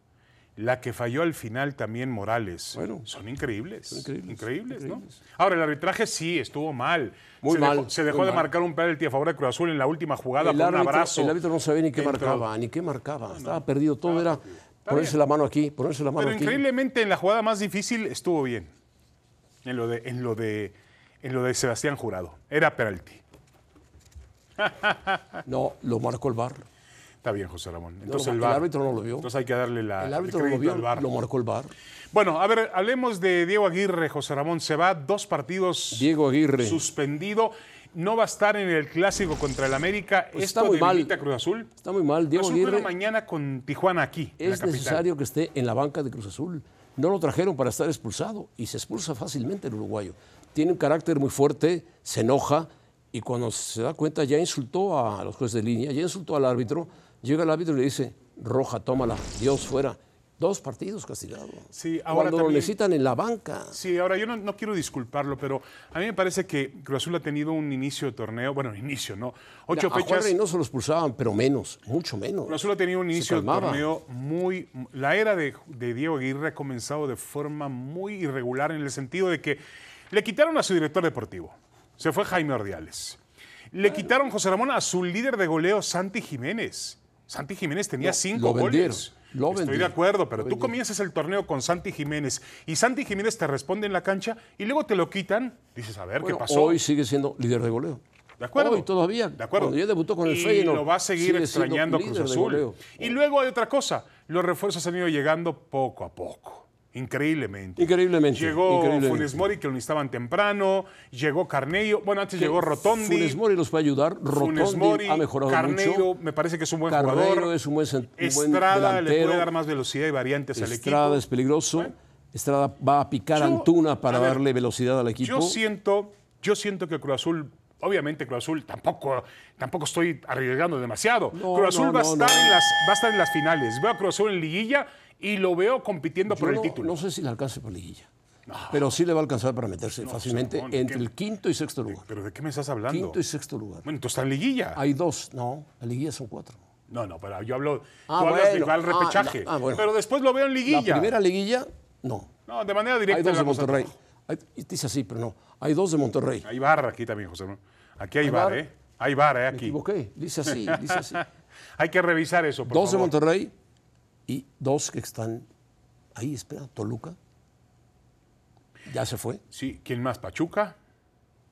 la que falló al final también Morales, Bueno. son increíbles. increíbles, increíbles, ¿no? increíbles. Ahora, el arbitraje sí estuvo mal. Muy se mal, Dejó, se muy dejó de mal. marcar un penalti a favor de Cruz Azul en la última jugada el por árbitro, un abrazo. el árbitro no sabía ni qué dentro- Ah, marcaba, ni qué marcaba. Estaba perdido, todo era ponerse la mano aquí, ponerse la mano Pero aquí. increíblemente en la jugada más difícil estuvo bien. En lo de, en lo de, en lo de Sebastián Jurado. Era penalti. No, lo marcó el bar. Está bien, José Ramón. Entonces, ma- el, el VAR. árbitro no lo vio. Entonces hay que darle la, El árbitro Ah, lo el crédito vio, al VAR. lo marcó el bar. Bueno, a ver, hablemos de Diego Aguirre, José Ramón. Se va dos partidos Diego Aguirre. suspendido. No va a estar en el clásico contra el América. Pues Esto está muy mal. debilita a Cruz Azul. Está muy mal, Cruz Diego Azul juega Aguirre. mañana con Tijuana aquí. en la Es capital. necesario que esté en la banca de Cruz Azul. No lo trajeron para estar expulsado y se expulsa fácilmente el uruguayo. Tiene un carácter muy fuerte, se enoja y cuando se da cuenta ya insultó a los jueces de línea, ya insultó al árbitro. Llega el árbitro y le dice, roja, tómala, Dios fuera. Dos partidos castigados. Sí, ahora cuando lo también- necesitan en la banca. Sí, ahora yo no, no quiero disculparlo, pero a mí me parece que Cruz Azul ha tenido un inicio de torneo, bueno, inicio, ¿no? Mira, Ocho a Juan fechas. Reynoso lo expulsaban, pero menos, mucho menos. Cruz Azul ha tenido un Se inicio de calmaba. torneo muy. La era de, de Diego Aguirre ha comenzado de forma muy irregular en el sentido de que le quitaron a su director deportivo. Se fue Jaime Ordiales. Le quitaron José Ramón a su líder de goleo, Santi Jiménez. Santi Jiménez tenía Lo- cinco lo vendieron, goles. lo Estoy de vendieron. acuerdo, pero tú comienzas el torneo con Santi Jiménez y Santi Jiménez te responde en la cancha y luego te lo quitan. Dices, a ver Bueno, qué pasó. Hoy sigue siendo líder de goleo. ¿De acuerdo? Hoy todavía. De acuerdo. Cuando ya debutó con el y Feyenoord. lo va a seguir sigue siendo extrañando líder Cruz de Azul. goleo. Y luego hay otra cosa. Los refuerzos han ido llegando poco a poco. Increíblemente. Increíblemente, Llegó increíblemente. Funes Mori, que lo necesitaban temprano. Llegó Carneiro. Bueno, antes llegó Rotondi. Funes Mori los va a ayudar. Funes Rotondi Mori, ha mejorado Carneiro, mucho. me parece que es un buen Carneiro jugador. es un buen cent- un buen Estrada le puede delantero. dar más velocidad y variantes al Estrada equipo. es peligroso. Estrada va a picar a Yo- Antuna para a ver, darle velocidad al equipo. Yo siento, yo siento que Cruz Azul, obviamente Cruz Azul tampoco, tampoco estoy arriesgando demasiado. No, Cruz Azul no, va, a no, estar no. en las, va a estar en las finales. Veo a Cruz Azul en liguilla y lo veo compitiendo Yo por el no, título. no sé si le alcance para liguilla. Pero sí le va a alcanzar para meterse fácilmente Ramón, entre ¿qué- el quinto y sexto lugar. ¿Pero de qué me estás hablando? Quinto y sexto lugar. Bueno, tú estás en liguilla. Hay dos. No, la liguilla son cuatro. No, no, pero yo hablo. Ah, tú hablas de bueno. igual Ah, repechaje. la- ah, bueno. Pero después lo veo en liguilla. La primera liguilla, no. No, de manera directa. Hay dos la de cosa- Monterrey. Hay- dice así, pero no. Hay dos de Monterrey. Hay bar aquí también, José. Ramón. Aquí hay, Hay bar, bar. ¿eh? Hay bar, ¿eh? Me Aquí. equivoqué. Dice así, dice así. Hay que revisar eso, por dos de favor. Monterrey y dos que están ahí, espera, Toluca. Ya se fue. Sí, ¿quién más? ¿Pachuca?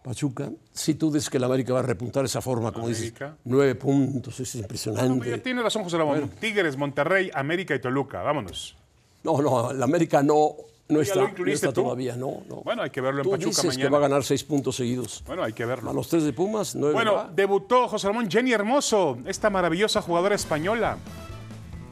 Pachuca. Si tú dices que la América va a repuntar de esa forma, como dices, América. nueve puntos, eso es No, ya impresionante. tiene razón José Ramón. Tigres, Monterrey, América y Toluca. Vámonos. No, no, la América no, no está, lo no incluiste está tú. todavía, no, no. Bueno, hay que verlo en Tú Pachuca dices que mañana. va a ganar seis puntos seguidos. Bueno, hay que A verlo. los tres de Pumas, nueve. Bueno, ¿verdad? debutó José Ramón Jenny Hermoso, esta maravillosa jugadora española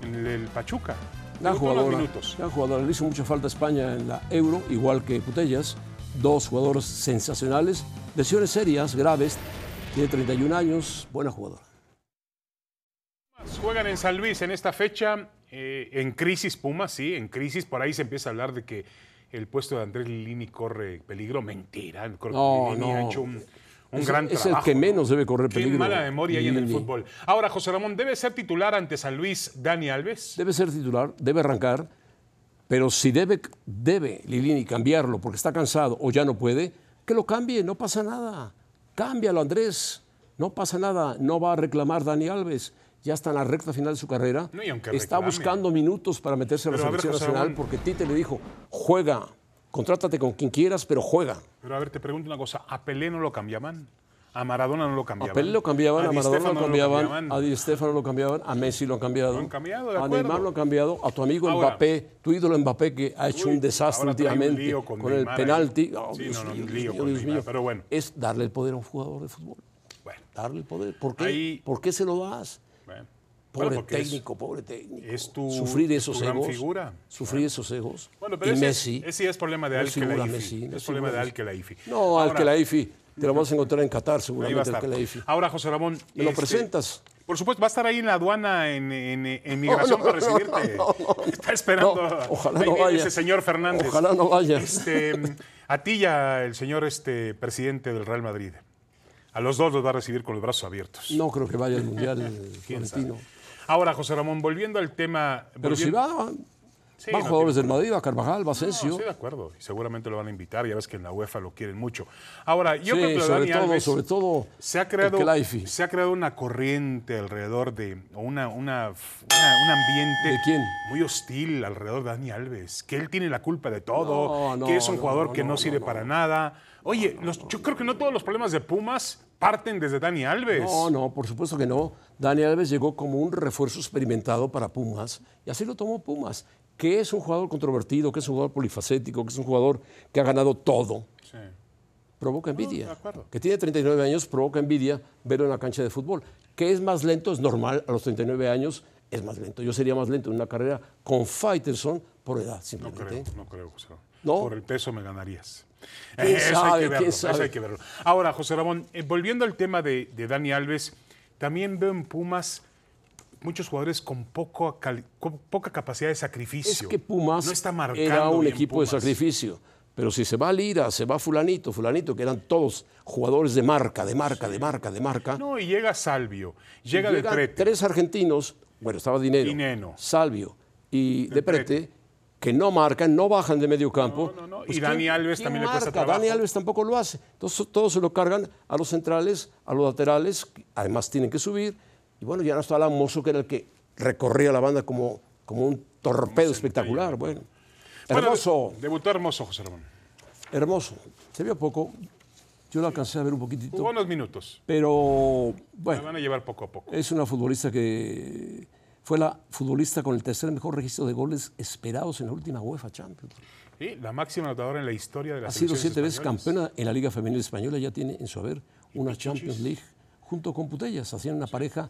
en el, el Pachuca. Gran Debutó unos jugadora, minutos. gran jugadora. Le hizo mucha falta a España en la Euro, igual que Putellas. Dos jugadores sensacionales. Lesiones serias, graves. Tiene 31 años, buena jugadora. Juegan en San Luis en esta fecha, eh, en crisis Pumas, sí, en crisis. Por ahí se empieza a hablar de que el puesto de Andrés Lilini corre peligro. Mentira, corre No, Lilini ha no. hecho un, un Es- gran es el trabajo. que menos debe correr Qué peligro, mala memoria hay en el Lilini. fútbol. Ahora, José Ramón, ¿debe ser titular ante San Luis Dani Alves? Debe ser titular, debe arrancar, pero si debe, debe Lilini cambiarlo porque está cansado o ya no puede, que lo cambie, no pasa nada. Cámbialo, Andrés, no pasa nada, no va a reclamar Dani Alves. Ya está en la recta final de su carrera. No, y aunque está reclame. buscando minutos para meterse a la Pero a ver, selección José nacional Ramón. porque Tite le dijo, juega, contrátate con quien quieras, pero juega. Pero a ver, te pregunto una cosa. ¿A Pelé no lo cambiaban? ¿A Maradona no lo cambiaban? A Pelé lo cambiaban, a, Di Maradona Stéfano lo no cambiaban, a Di Stéfano lo cambiaban, a Messi lo han cambiado, Lo han cambiado, de a acuerdo. Neymar lo han cambiado, a tu amigo Ahora. Mbappé, tu ídolo Mbappé que ha hecho Uy, un desastre ahora trae un últimamente lío con, con el Neymar ahí. penalti. Oh, Sí, Dios no, no, mío, un Dios lío mío, con Dios Neymar, mío. pero bueno. Es darle el poder a un jugador de fútbol, Bueno, darle el poder. ¿Por qué? Ahí- ¿Por qué se lo das? bueno. Pobre Bueno, porque es- técnico, pobre técnico. es tu- sufrir es esos tu gran egos. figura. Sufrir esos egos. Bueno, pero y ese, Messi. Es, ese es problema de no Al es figura Khelaifi. Messi, no es es problema de figura Al Messi. Khelaifi. No, al Ahora, Kelaifi. Te lo vas a encontrar en Qatar, ahí va a seguramente, al estar. Kelaifi. Ahora, José Ramón. este, ¿Me lo presentas? Por supuesto, va a estar ahí en la aduana en, en, en migración para recibirte. Está esperando. No, ojalá ahí no viene vaya. ese señor Fernández. Ojalá no vaya. Este, a ti ya el señor este, presidente del Real Madrid. A los dos los va a recibir con los brazos abiertos. No creo que vaya al Mundial el ¿Quién sabe? Florentino. Ahora, José Ramón, volviendo al tema. Pero si volviendo- va, Sí, van no jugadores del Madrid, va Carvajal, va Asensio. No, estoy de acuerdo. Y seguramente lo van a invitar. Ya ves que en la UEFA lo quieren mucho. Ahora, yo Sí, creo que lo de sobre Dani todo, Alves sobre todo se ha, el creado, Kelaifi. se ha creado una corriente alrededor de, o una, una, f- una- un ambiente ¿De quién? muy hostil alrededor de Dani Alves, que él tiene la culpa de todo, No, no, que es un no, jugador no, que no, no, sirve no, para nada. Oye, los- yo creo que no todos los problemas de Pumas parten desde Dani Alves. No, no, por supuesto que no. Dani Alves llegó como un refuerzo experimentado para Pumas y así lo tomó Pumas, que es un jugador controvertido, que es un jugador polifacético, que es un jugador que ha ganado todo. Sí. Provoca envidia. de acuerdo. que tiene 39 años, provoca envidia verlo en la cancha de fútbol. Que es más lento, es normal, a los 39 años es más lento. Yo sería más lento en una carrera con Faitelson por edad, No simplemente. creo, no creo, José Ramón. ¿No? Por el peso me ganarías. ¿Quién Eso hay sabe? que ¿Quién verlo, eso sabe? hay que verlo. Ahora, José Ramón, eh, volviendo al tema de, de Dani Alves, también veo en Pumas muchos jugadores con, poco cali- con poca capacidad de sacrificio. Es que Pumas no está marcando era un bien equipo Pumas. de sacrificio. Pero si se va Lira, se va Fulanito, Fulanito, que eran todos jugadores de marca, de marca, de marca, de marca. No, y llega Salvio, llega Llegan de Prete. tres argentinos, bueno, estaba Dinero, Dineno. Salvio y De Prete. Prete, que no marcan, no bajan de medio campo. No, no, no. Pues, Y Dani ¿quién- Alves quién también le cuesta marca? Dani trabajo. Alves tampoco lo hace. Entonces todos se lo cargan a los centrales, a los laterales, que además tienen que subir. Y bueno, ya no está Lamoso, que era el que recorría la banda como, como un torpedo espectacular. Bueno, Bueno, hermoso, de- debutó hermoso, José Ramón. hermoso. Se vio poco. Yo lo alcancé a ver un Jugó poquitito. unos minutos. Pero Me bueno, van a llevar poco a poco. es una futbolista que fue la futbolista con el tercer mejor registro de goles esperados en la última UEFA Champions. Sí, la máxima anotadora en la historia de la Ha sido siete selección veces campeona en la Liga Femenil Española, ya tiene en su haber una Champions League junto con Putellas. Hacían una pareja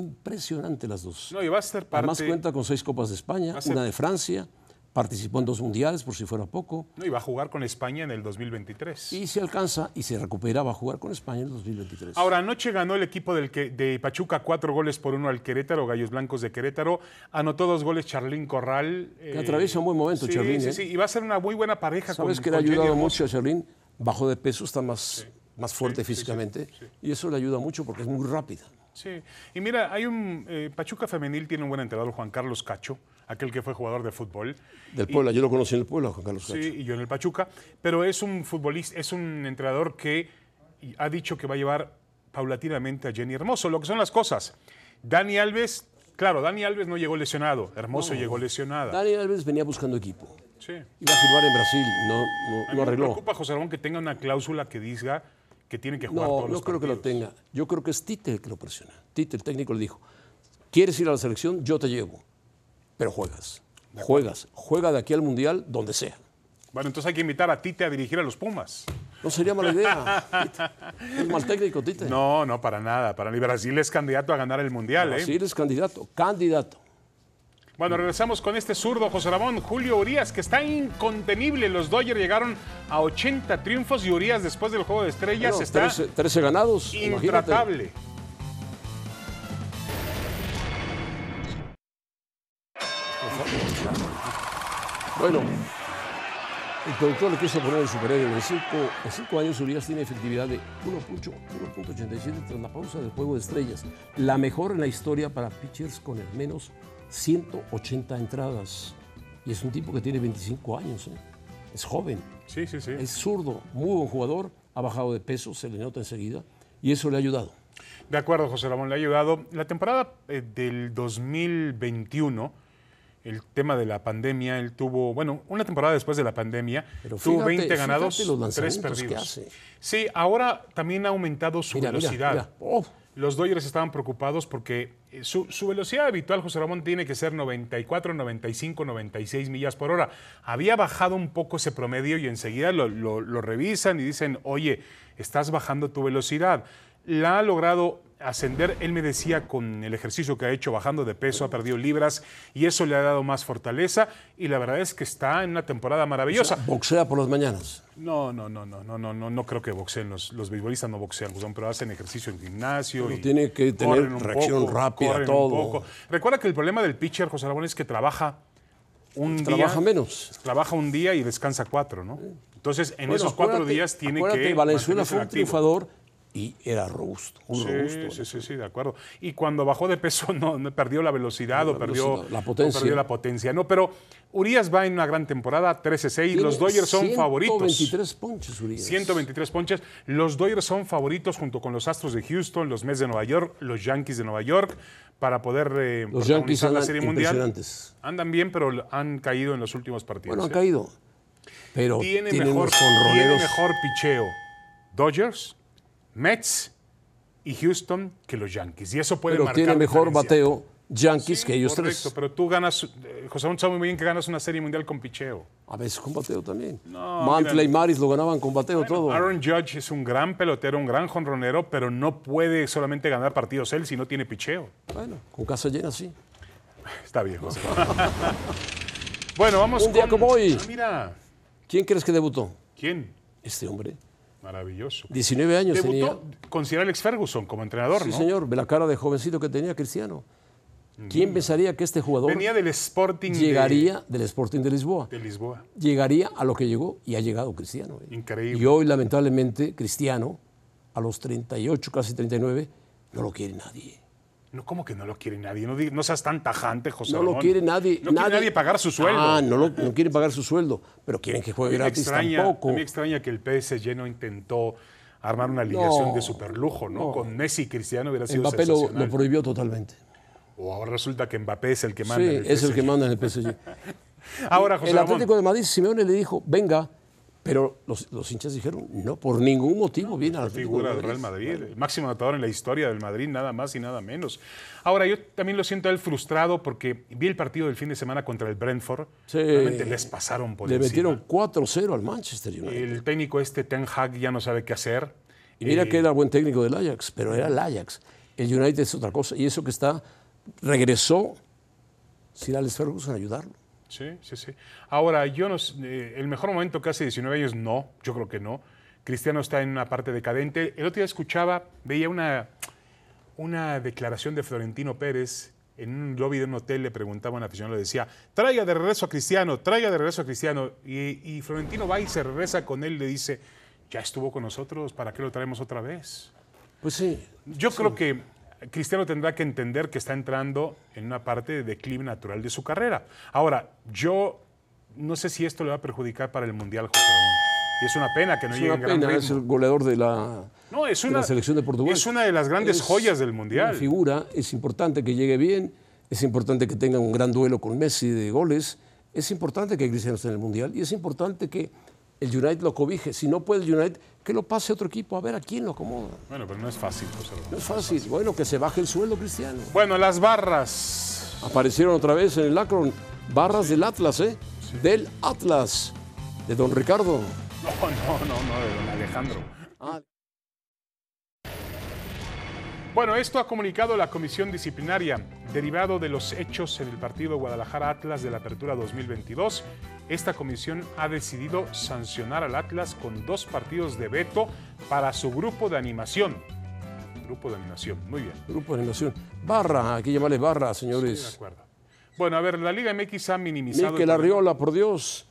impresionante las dos. No, y va a ser parte. Además cuenta con seis Copas de España, a ser- una de Francia, participó en dos mundiales por si fuera poco. No, y va a jugar con España en el 2023. Y se alcanza y se recupera, va a jugar con España en el 2023. Ahora, anoche ganó el equipo del que- de Pachuca cuatro goles por uno al Querétaro, Gallos Blancos de Querétaro. Anotó dos goles Charlín Corral. eh, atraviesa un buen momento, sí, Charlín, Sí, ¿eh? sí, y va a ser una muy buena pareja Sabes con que le ha con Jenny ayudado Hermoso. mucho a Charlín, bajó de peso, está más, más fuerte físicamente y eso le ayuda mucho porque es muy rápida. Sí. Y mira, hay un eh, Pachuca femenil tiene un buen entrenador, Juan Carlos Cacho, aquel que fue jugador de fútbol. Del Puebla, yo lo conocí en el Puebla, Juan Carlos Cacho. Sí, y yo en el Pachuca. Pero es un futbolista, es un entrenador que ha dicho que va a llevar paulatinamente a Jenny Hermoso, lo que son las cosas. Dani Alves, claro, Dani Alves no llegó lesionado. Hermoso llegó lesionada. Dani Alves venía buscando equipo. Sí. Iba a firmar en Brasil, no, A no, mí no me arregló. preocupa, José Ramón, que tenga una cláusula que diga que tiene que jugar No, todos no los creo que lo partidos. tenga. Yo creo que es Tite el que lo presiona. Tite, el técnico, le dijo, ¿quieres ir a la selección? Yo te llevo, pero juegas. Juegas. Juega de aquí al Mundial, donde sea. Bueno, entonces hay que invitar a Tite a dirigir a los Pumas. No sería mala idea. Tite. Es mal técnico, Tite. No, no, para nada. Para mí Brasil es candidato a ganar el Mundial. ¿eh? Así eres candidato, candidato. Bueno, regresamos con este zurdo José Ramón, Julio Urias, que está incontenible. Los Dodgers llegaron a 80 triunfos y Urias después del Juego de Estrellas Bueno, está 13, 13 ganados. imagínate. intratable. Bueno, el productor le quiso poner el superhéroe. En cinco, en cinco años Urias tiene efectividad de 1.8, 1.87 tras la pausa del juego de estrellas. La mejor en la historia para pitchers con al menos 180 entradas. Y es un tipo que tiene 25 años. ¿eh? Es joven, Sí, sí, sí. es zurdo, muy buen jugador, ha bajado de peso, se le nota enseguida. Y eso le ha ayudado. De acuerdo, José Ramón, le ha ayudado. La temporada eh, del 2021, el tema de la pandemia, él tuvo, bueno, una temporada después de la pandemia, Pero tuvo fíjate- 20 ganados, fíjate los 3 lanzamientos que perdidos. hace. Sí, ahora también ha aumentado su Mira, mira, velocidad. mira. Oh. Los Dodgers estaban preocupados porque eh, su, su velocidad habitual, José Ramón, tiene que ser 94, 95, 96 millas por hora. Había bajado un poco ese promedio y enseguida lo, lo- lo revisan y dicen, oye, estás bajando tu velocidad. La ha logrado ascender, él me decía, con el ejercicio que ha hecho, bajando de peso, ha perdido libras y eso le ha dado más fortaleza y la verdad es que está en una temporada maravillosa. Boxea por las mañanas. No, no, no, no, no, no, no, no creo que boxeen. Los, los beisbolistas no boxean, Guzmán, pero hacen ejercicio en gimnasio. Pero y tiene que tener corren un reacción poco, rápida, corren un todo. poco. Recuerda que el problema del pitcher, José Ramón, es que trabaja un día. Trabaja menos. Trabaja un día y descansa cuatro, ¿no? Entonces, en Bueno, esos cuatro acuérdate- días tiene acuérdate, que. Valenzuela fue un mantenerse activo. triunfador y era robusto, muy robusto. Sí, sí, sí, sí, de acuerdo. Y cuando bajó de peso, no, no perdió la velocidad o perdió velocidad, la o potencia. perdió la potencia. No, pero Urias va en una gran temporada, 13-6. Los Tiene Dodgers son favoritos. 123 ponches, Urias. 123 ponches. Los Dodgers son favoritos junto con los Astros de Houston, los Mets de Nueva York, los Yankees de Nueva York para poder eh, Los protagonizar Yankees la andan Serie Mundial. impresionantes. Andan bien, pero han caído en los últimos partidos. Bueno, han ¿eh? caído. Pero Tiene tienen mejor, unos tiene jonroneros. mejor picheo Dodgers, Mets y Houston que los Yankees. Y eso puede pero marcar tiene mejor diferencia. bateo Yankees Sí, que ellos correcto, tres. pero tú ganas, eh, José Ramón sabe muy bien que ganas una serie mundial con picheo. A veces con bateo también. No, Mantle mira. y Maris lo ganaban con bateo todo. Aaron Judge es un gran pelotero, un gran jonronero, pero no puede solamente ganar partidos él si no tiene picheo. Bueno, con casa llena sí. Está bien, José. bueno, vamos Un día con- como hoy. Ah, mira, ¿Quién crees que debutó? ¿quién? Este hombre. Maravilloso. 19 años tenía. Debutó con Sir Alex Ferguson como entrenador, Sí, ¿no? señor. Ve la cara de jovencito que tenía Cristiano. ¿Quién pensaría que este jugador Venía del Sporting de- llegaría del Sporting de Lisboa? de Lisboa. llegaría a lo que llegó y ha llegado Cristiano. ¿eh? Increíble. Y hoy, lamentablemente, Cristiano, a los 38, casi 39, no lo quiere nadie. No, ¿cómo que no lo quiere nadie? No, di- no seas tan tajante, José No lo Ramón. quiere nadie. No quiere nadie pagar su sueldo. Ah, no, lo, no quieren pagar su sueldo, pero quieren que juegue me gratis extraña, tampoco. a mí me extraña que el PSG no intentó armar una ligación No, de superlujo, ¿no? no. Con Messi y Cristiano hubiera sido Mbappé lo, sensacional. lo prohibió totalmente. O ahora resulta que Mbappé es el que sí, manda. en el es el PSG. que manda en el PSG. Ahora, José el Ramón, Atlético de Madrid, Simeone le dijo, venga, pero los, los hinchas dijeron, no, por ningún motivo viene al Atlético figura de del Real Madrid, el máximo anotador en la historia del Madrid, nada más y nada menos. Ahora, yo también lo siento a él frustrado porque vi el partido del fin de semana contra el Brentford. Sí. Realmente les pasaron por Le encima. metieron 4-0 al Manchester United. El técnico este, Ten Hag, ya no sabe qué hacer. Y Eh, mira que era buen técnico del Ajax, pero era el Ajax. El United es otra cosa. Y eso que está, regresó Sir Alex Ferguson a ayudarlo. Sí, sí, sí. Ahora, yo no s- eh, el mejor momento que hace 19 años, no, yo creo que no. Cristiano está en una parte decadente. El otro día escuchaba, veía una, una declaración de Florentino Pérez en un lobby de un hotel, le preguntaba a un aficionado, le decía, traiga de regreso a Cristiano, traiga de regreso a Cristiano. Y, y Florentino va y se regresa con él, le dice, ya estuvo con nosotros, ¿para qué lo traemos otra vez? Pues sí. Yo creo que Cristiano tendrá que entender que está entrando en una parte de declive natural de su carrera. Ahora, yo no sé si esto le va a perjudicar para el Mundial, José Ramón. Y es una pena que no Es llegue una en gran pena, ritmo. es el goleador de la, No, es de una, la selección de Portugal. Es una de las grandes Es joyas del Una Mundial. figura, es importante que llegue bien, es importante que tenga un gran duelo con Messi de goles, es importante que Cristiano esté en el Mundial y es importante que el United lo cobije. Si no puede el United, que lo pase a otro equipo a ver a quién lo acomoda. Bueno, pero no es fácil, José Ramón. No es fácil. Bueno, que se baje el sueldo, Cristiano. Bueno, las barras. Aparecieron otra vez en el Akron barras del Atlas, ¿eh? Del Atlas, de don Ricardo. No, no, no, no, de don Alejandro. Ah, Bueno, esto ha comunicado la comisión disciplinaria, derivado de los hechos en el partido Guadalajara Atlas de la Apertura 2022. Esta comisión ha decidido sancionar al Atlas con dos partidos de veto para su grupo de animación. Grupo de animación, muy bien. grupo de animación. Barra, hay que llamarle barra, señores. De acuerdo. Bueno, a ver, la Liga MX ha minimizado. Miquel Arriola, por Dios.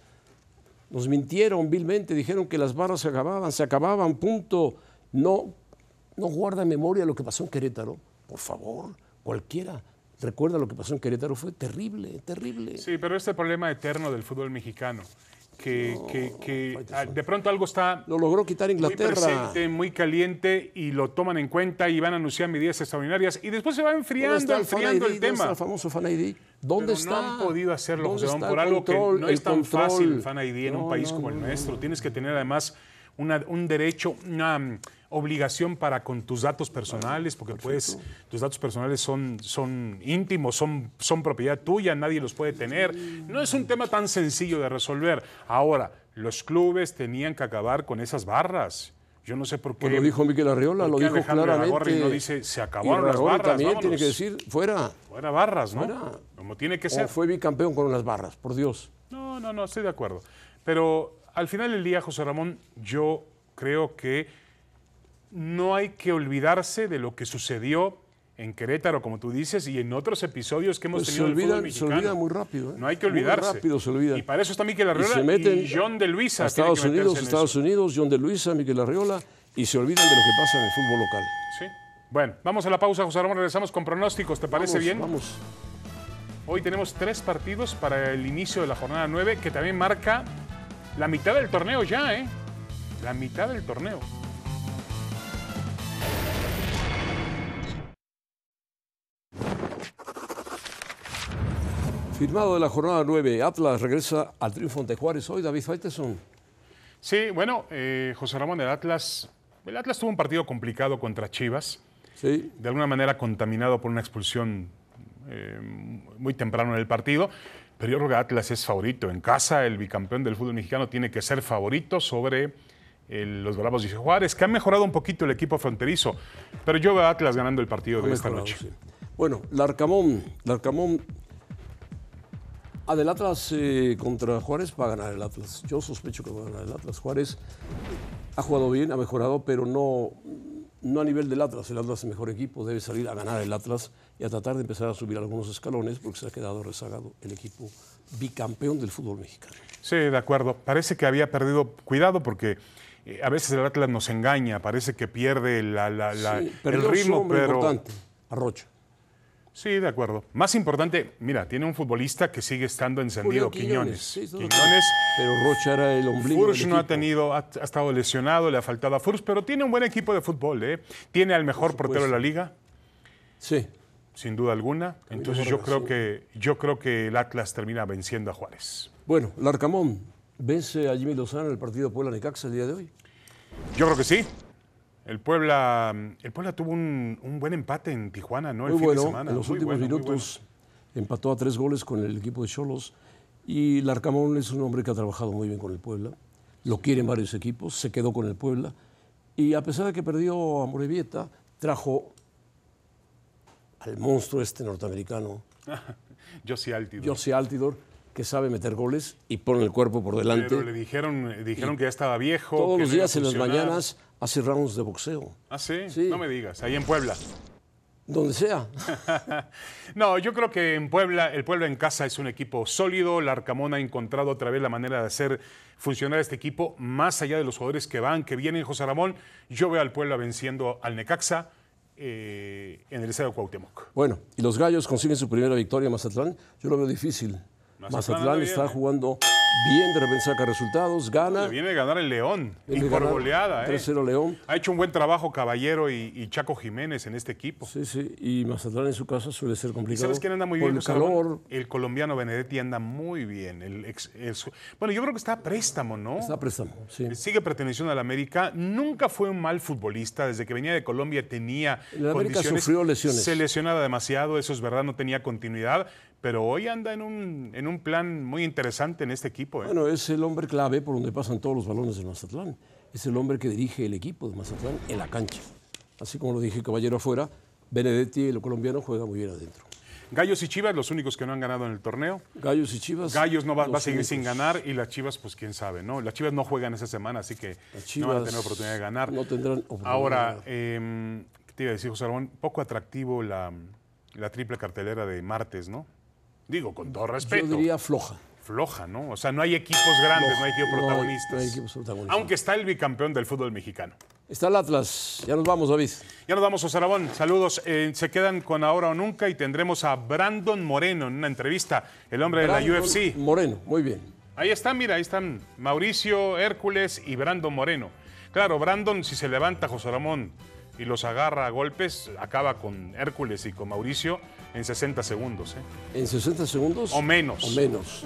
Nos mintieron vilmente, dijeron que las barras se acababan, se acababan, punto. No, no guarda en memoria lo que pasó en Querétaro. Por favor, cualquiera recuerda lo que pasó en Querétaro. Fue terrible, terrible. Sí, pero este problema eterno del fútbol mexicano, que, que- que, ah, de pronto algo está Lo logró quitar Muy Inglaterra. presente, muy caliente y lo toman en cuenta y van a anunciar medidas extraordinarias y después se va enfriando, ¿Dónde está el Fan enfriando ID? el ¿Dónde está tema. el famoso Fan ID? ¿Dónde Pero está? No han podido hacerlo, ¿Dónde José Ramón, está por el algo control? que no El es tan control. fácil el Fan ID en No, un país no, como el no, no. nuestro. Tienes que tener además una- un derecho, una mm, obligación para con tus datos personales, porque puedes, tus datos personales son, son íntimos, son, son propiedad tuya, nadie los puede tener. No es un tema tan sencillo de resolver. Ahora, los clubes tenían que acabar con esas barras. Yo no sé por qué. Pues lo dijo Miquel Arriola, ¿por lo qué dijo Alejandro claramente. Iragorri no dice, se acabaron las Iragorri barras, también tiene vámonos"? que decir, fuera. Fuera barras, ¿no? Fuera. Como tiene que O ser. fue bicampeón con las barras, por Dios. No, no, no, estoy de acuerdo. Pero al final del día, José Ramón, yo creo que no hay que olvidarse de lo que sucedió en Querétaro, como tú dices, y en otros episodios que hemos Pues se tenido del olvidan- fútbol se mexicano. olvida muy rápido, ¿eh? No hay que Muy olvidarse. rápido se olvida. Y para eso está Miquel Y Arriola se meten y John de Luisa. a tiene que Estados meterse Unidos, en Estados eso. Unidos, John de Luisa, Miquel Arriola, y se olvidan de lo que pasa en el fútbol local. Sí. Bueno, vamos a la pausa, José Ramón. Regresamos con pronósticos. ¿Te parece Vamos, bien? Vamos. Hoy tenemos tres partidos para el inicio de la jornada 9, que también marca la mitad del torneo ya, ¿eh? La mitad del torneo. Firmado de la jornada 9, Atlas regresa al triunfo ante Juárez hoy, David Faiteson. Sí, bueno, eh, José Ramón, el Atlas. El Atlas tuvo un partido complicado contra Chivas, Sí, de alguna manera contaminado por una expulsión eh, muy temprano en el partido. Pero yo creo que Atlas es favorito. En casa, el bicampeón del fútbol mexicano tiene que ser favorito sobre eh, los Bravos de Juárez, que ha mejorado un poquito el equipo fronterizo. Pero yo veo a Atlas ganando el partido ha de esta mejorado, noche. sí. Bueno, Larcamón, Larcamón. Ah, del Atlas eh, contra Juárez va a ganar el Atlas. Yo sospecho que va a ganar el Atlas. Juárez ha jugado bien, ha mejorado, pero no, no a nivel del Atlas. El Atlas es el mejor equipo, debe salir a ganar el Atlas y a tratar de empezar a subir algunos escalones porque se ha quedado rezagado el equipo bicampeón del fútbol mexicano. Sí, de acuerdo. Parece que había perdido cuidado porque eh, a veces el Atlas nos engaña, parece que pierde la- la- la- Sí, el perdió su ritmo, hombre pero importante, Arrocha. sí, de acuerdo. Más importante, mira, tiene un futbolista que sigue estando encendido, Julio Quiñones. sí, todo bien. Quiñones. Pero Rocha era el ombligo. Furch del no ha equipo. tenido, ha, ha estado lesionado, le ha faltado a Furch, pero tiene un buen equipo de fútbol, ¿eh? Tiene al mejor portero de la liga, Sí, sin duda alguna. Entonces yo creo que yo creo que el Atlas termina venciendo a Juárez. Bueno, Larcamón vence a Jimmy Lozano en el partido Puebla Necaxa el día de hoy. Yo creo que sí. El Puebla, el Puebla tuvo un, un buen empate en Tijuana, ¿no? El Muy fin bueno, de semana. en los Muy últimos bueno, muy minutos empató a tres goles con el equipo de Cholos y Larcamón es un hombre que ha trabajado muy bien con el Puebla, lo quieren varios equipos, se quedó con el Puebla y a pesar de que perdió a Morevieta, trajo al monstruo este norteamericano, bueno. Yo sí, Altidor. José Altidor, que sabe meter goles y pone el cuerpo por delante. Pero le dijeron, eh, dijeron que ya estaba viejo. Todos que los no iba a días en las funcionar. mañanas hace rounds de boxeo, Ah, ¿sí? Sí. No me digas, ahí en Puebla. donde sea. No, yo creo que en Puebla, el Puebla en casa es un equipo sólido. El Arcamón ha encontrado otra vez la manera de hacer funcionar este equipo, más allá de los jugadores que van, que vienen, José Ramón. Yo veo al Puebla venciendo al Necaxa eh, en el Estadio Cuauhtémoc. Bueno, y los Gallos consiguen su primera victoria en Mazatlán. Yo lo veo difícil. Mazatlán Mazatlán anda está bien, ¿eh? jugando bien, de repente saca resultados, gana. Le viene de ganar el León y Ah. viene a por ganar goleada. ¿eh? 3-0 León. Ha hecho un buen trabajo Caballero y, y Chaco Jiménez en este equipo. Sí, sí, y Mazatlán en su casa suele ser complicado. ¿Sabes quién anda muy por bien? El José Ramón? calor, El colombiano Benedetti anda muy bien. El ex- el su- bueno, yo creo que está a préstamo, ¿no? está a préstamo, sí. Sigue perteneciendo al América. Nunca fue un mal futbolista. Desde que venía de Colombia tenía El América condiciones. sufrió lesiones. Se lesionaba demasiado, eso es verdad, no tenía continuidad. Pero hoy anda en un, en un plan muy interesante en este equipo. ¿eh? Bueno, es el hombre clave por donde pasan todos los balones de Mazatlán. Es el hombre que dirige el equipo de Mazatlán en la cancha. Así como lo dije Caballero afuera, Benedetti, el colombiano, juega muy bien adentro. Gallos y Chivas, los únicos que no han ganado en el torneo. Gallos y Chivas. Gallos no va, va a los seguir sin únicos. ganar y las Chivas, pues quién sabe, ¿no? Las Chivas no juegan esa semana, así que Las no van a Chivas tener oportunidad de ganar. no tendrán oportunidad de Ahora, ganar. eh, ¿qué te iba a decir, José Ramón? Poco atractivo la, la triple cartelera de martes, ¿no? Digo, con todo respeto. Yo diría floja. Floja, ¿no? O sea, no hay equipos grandes, no, hay equipos no hay- protagonistas. no hay equipos protagonistas. Aunque está el bicampeón del fútbol mexicano. Está el Atlas. Ya nos vamos, David. Ya nos vamos, José Ramón. Saludos. Eh, se quedan con Ahora o Nunca y tendremos a Brandon Moreno en una entrevista, el hombre de la Brandon UFC. Moreno, muy bien. Ahí están, mira, ahí están Mauricio, Hércules y Brandon Moreno. Claro, Brandon, si se levanta José Ramón y los agarra a golpes, acaba con Hércules y con Mauricio en 60 segundos. ¿eh? En 60 segundos. O menos. O menos.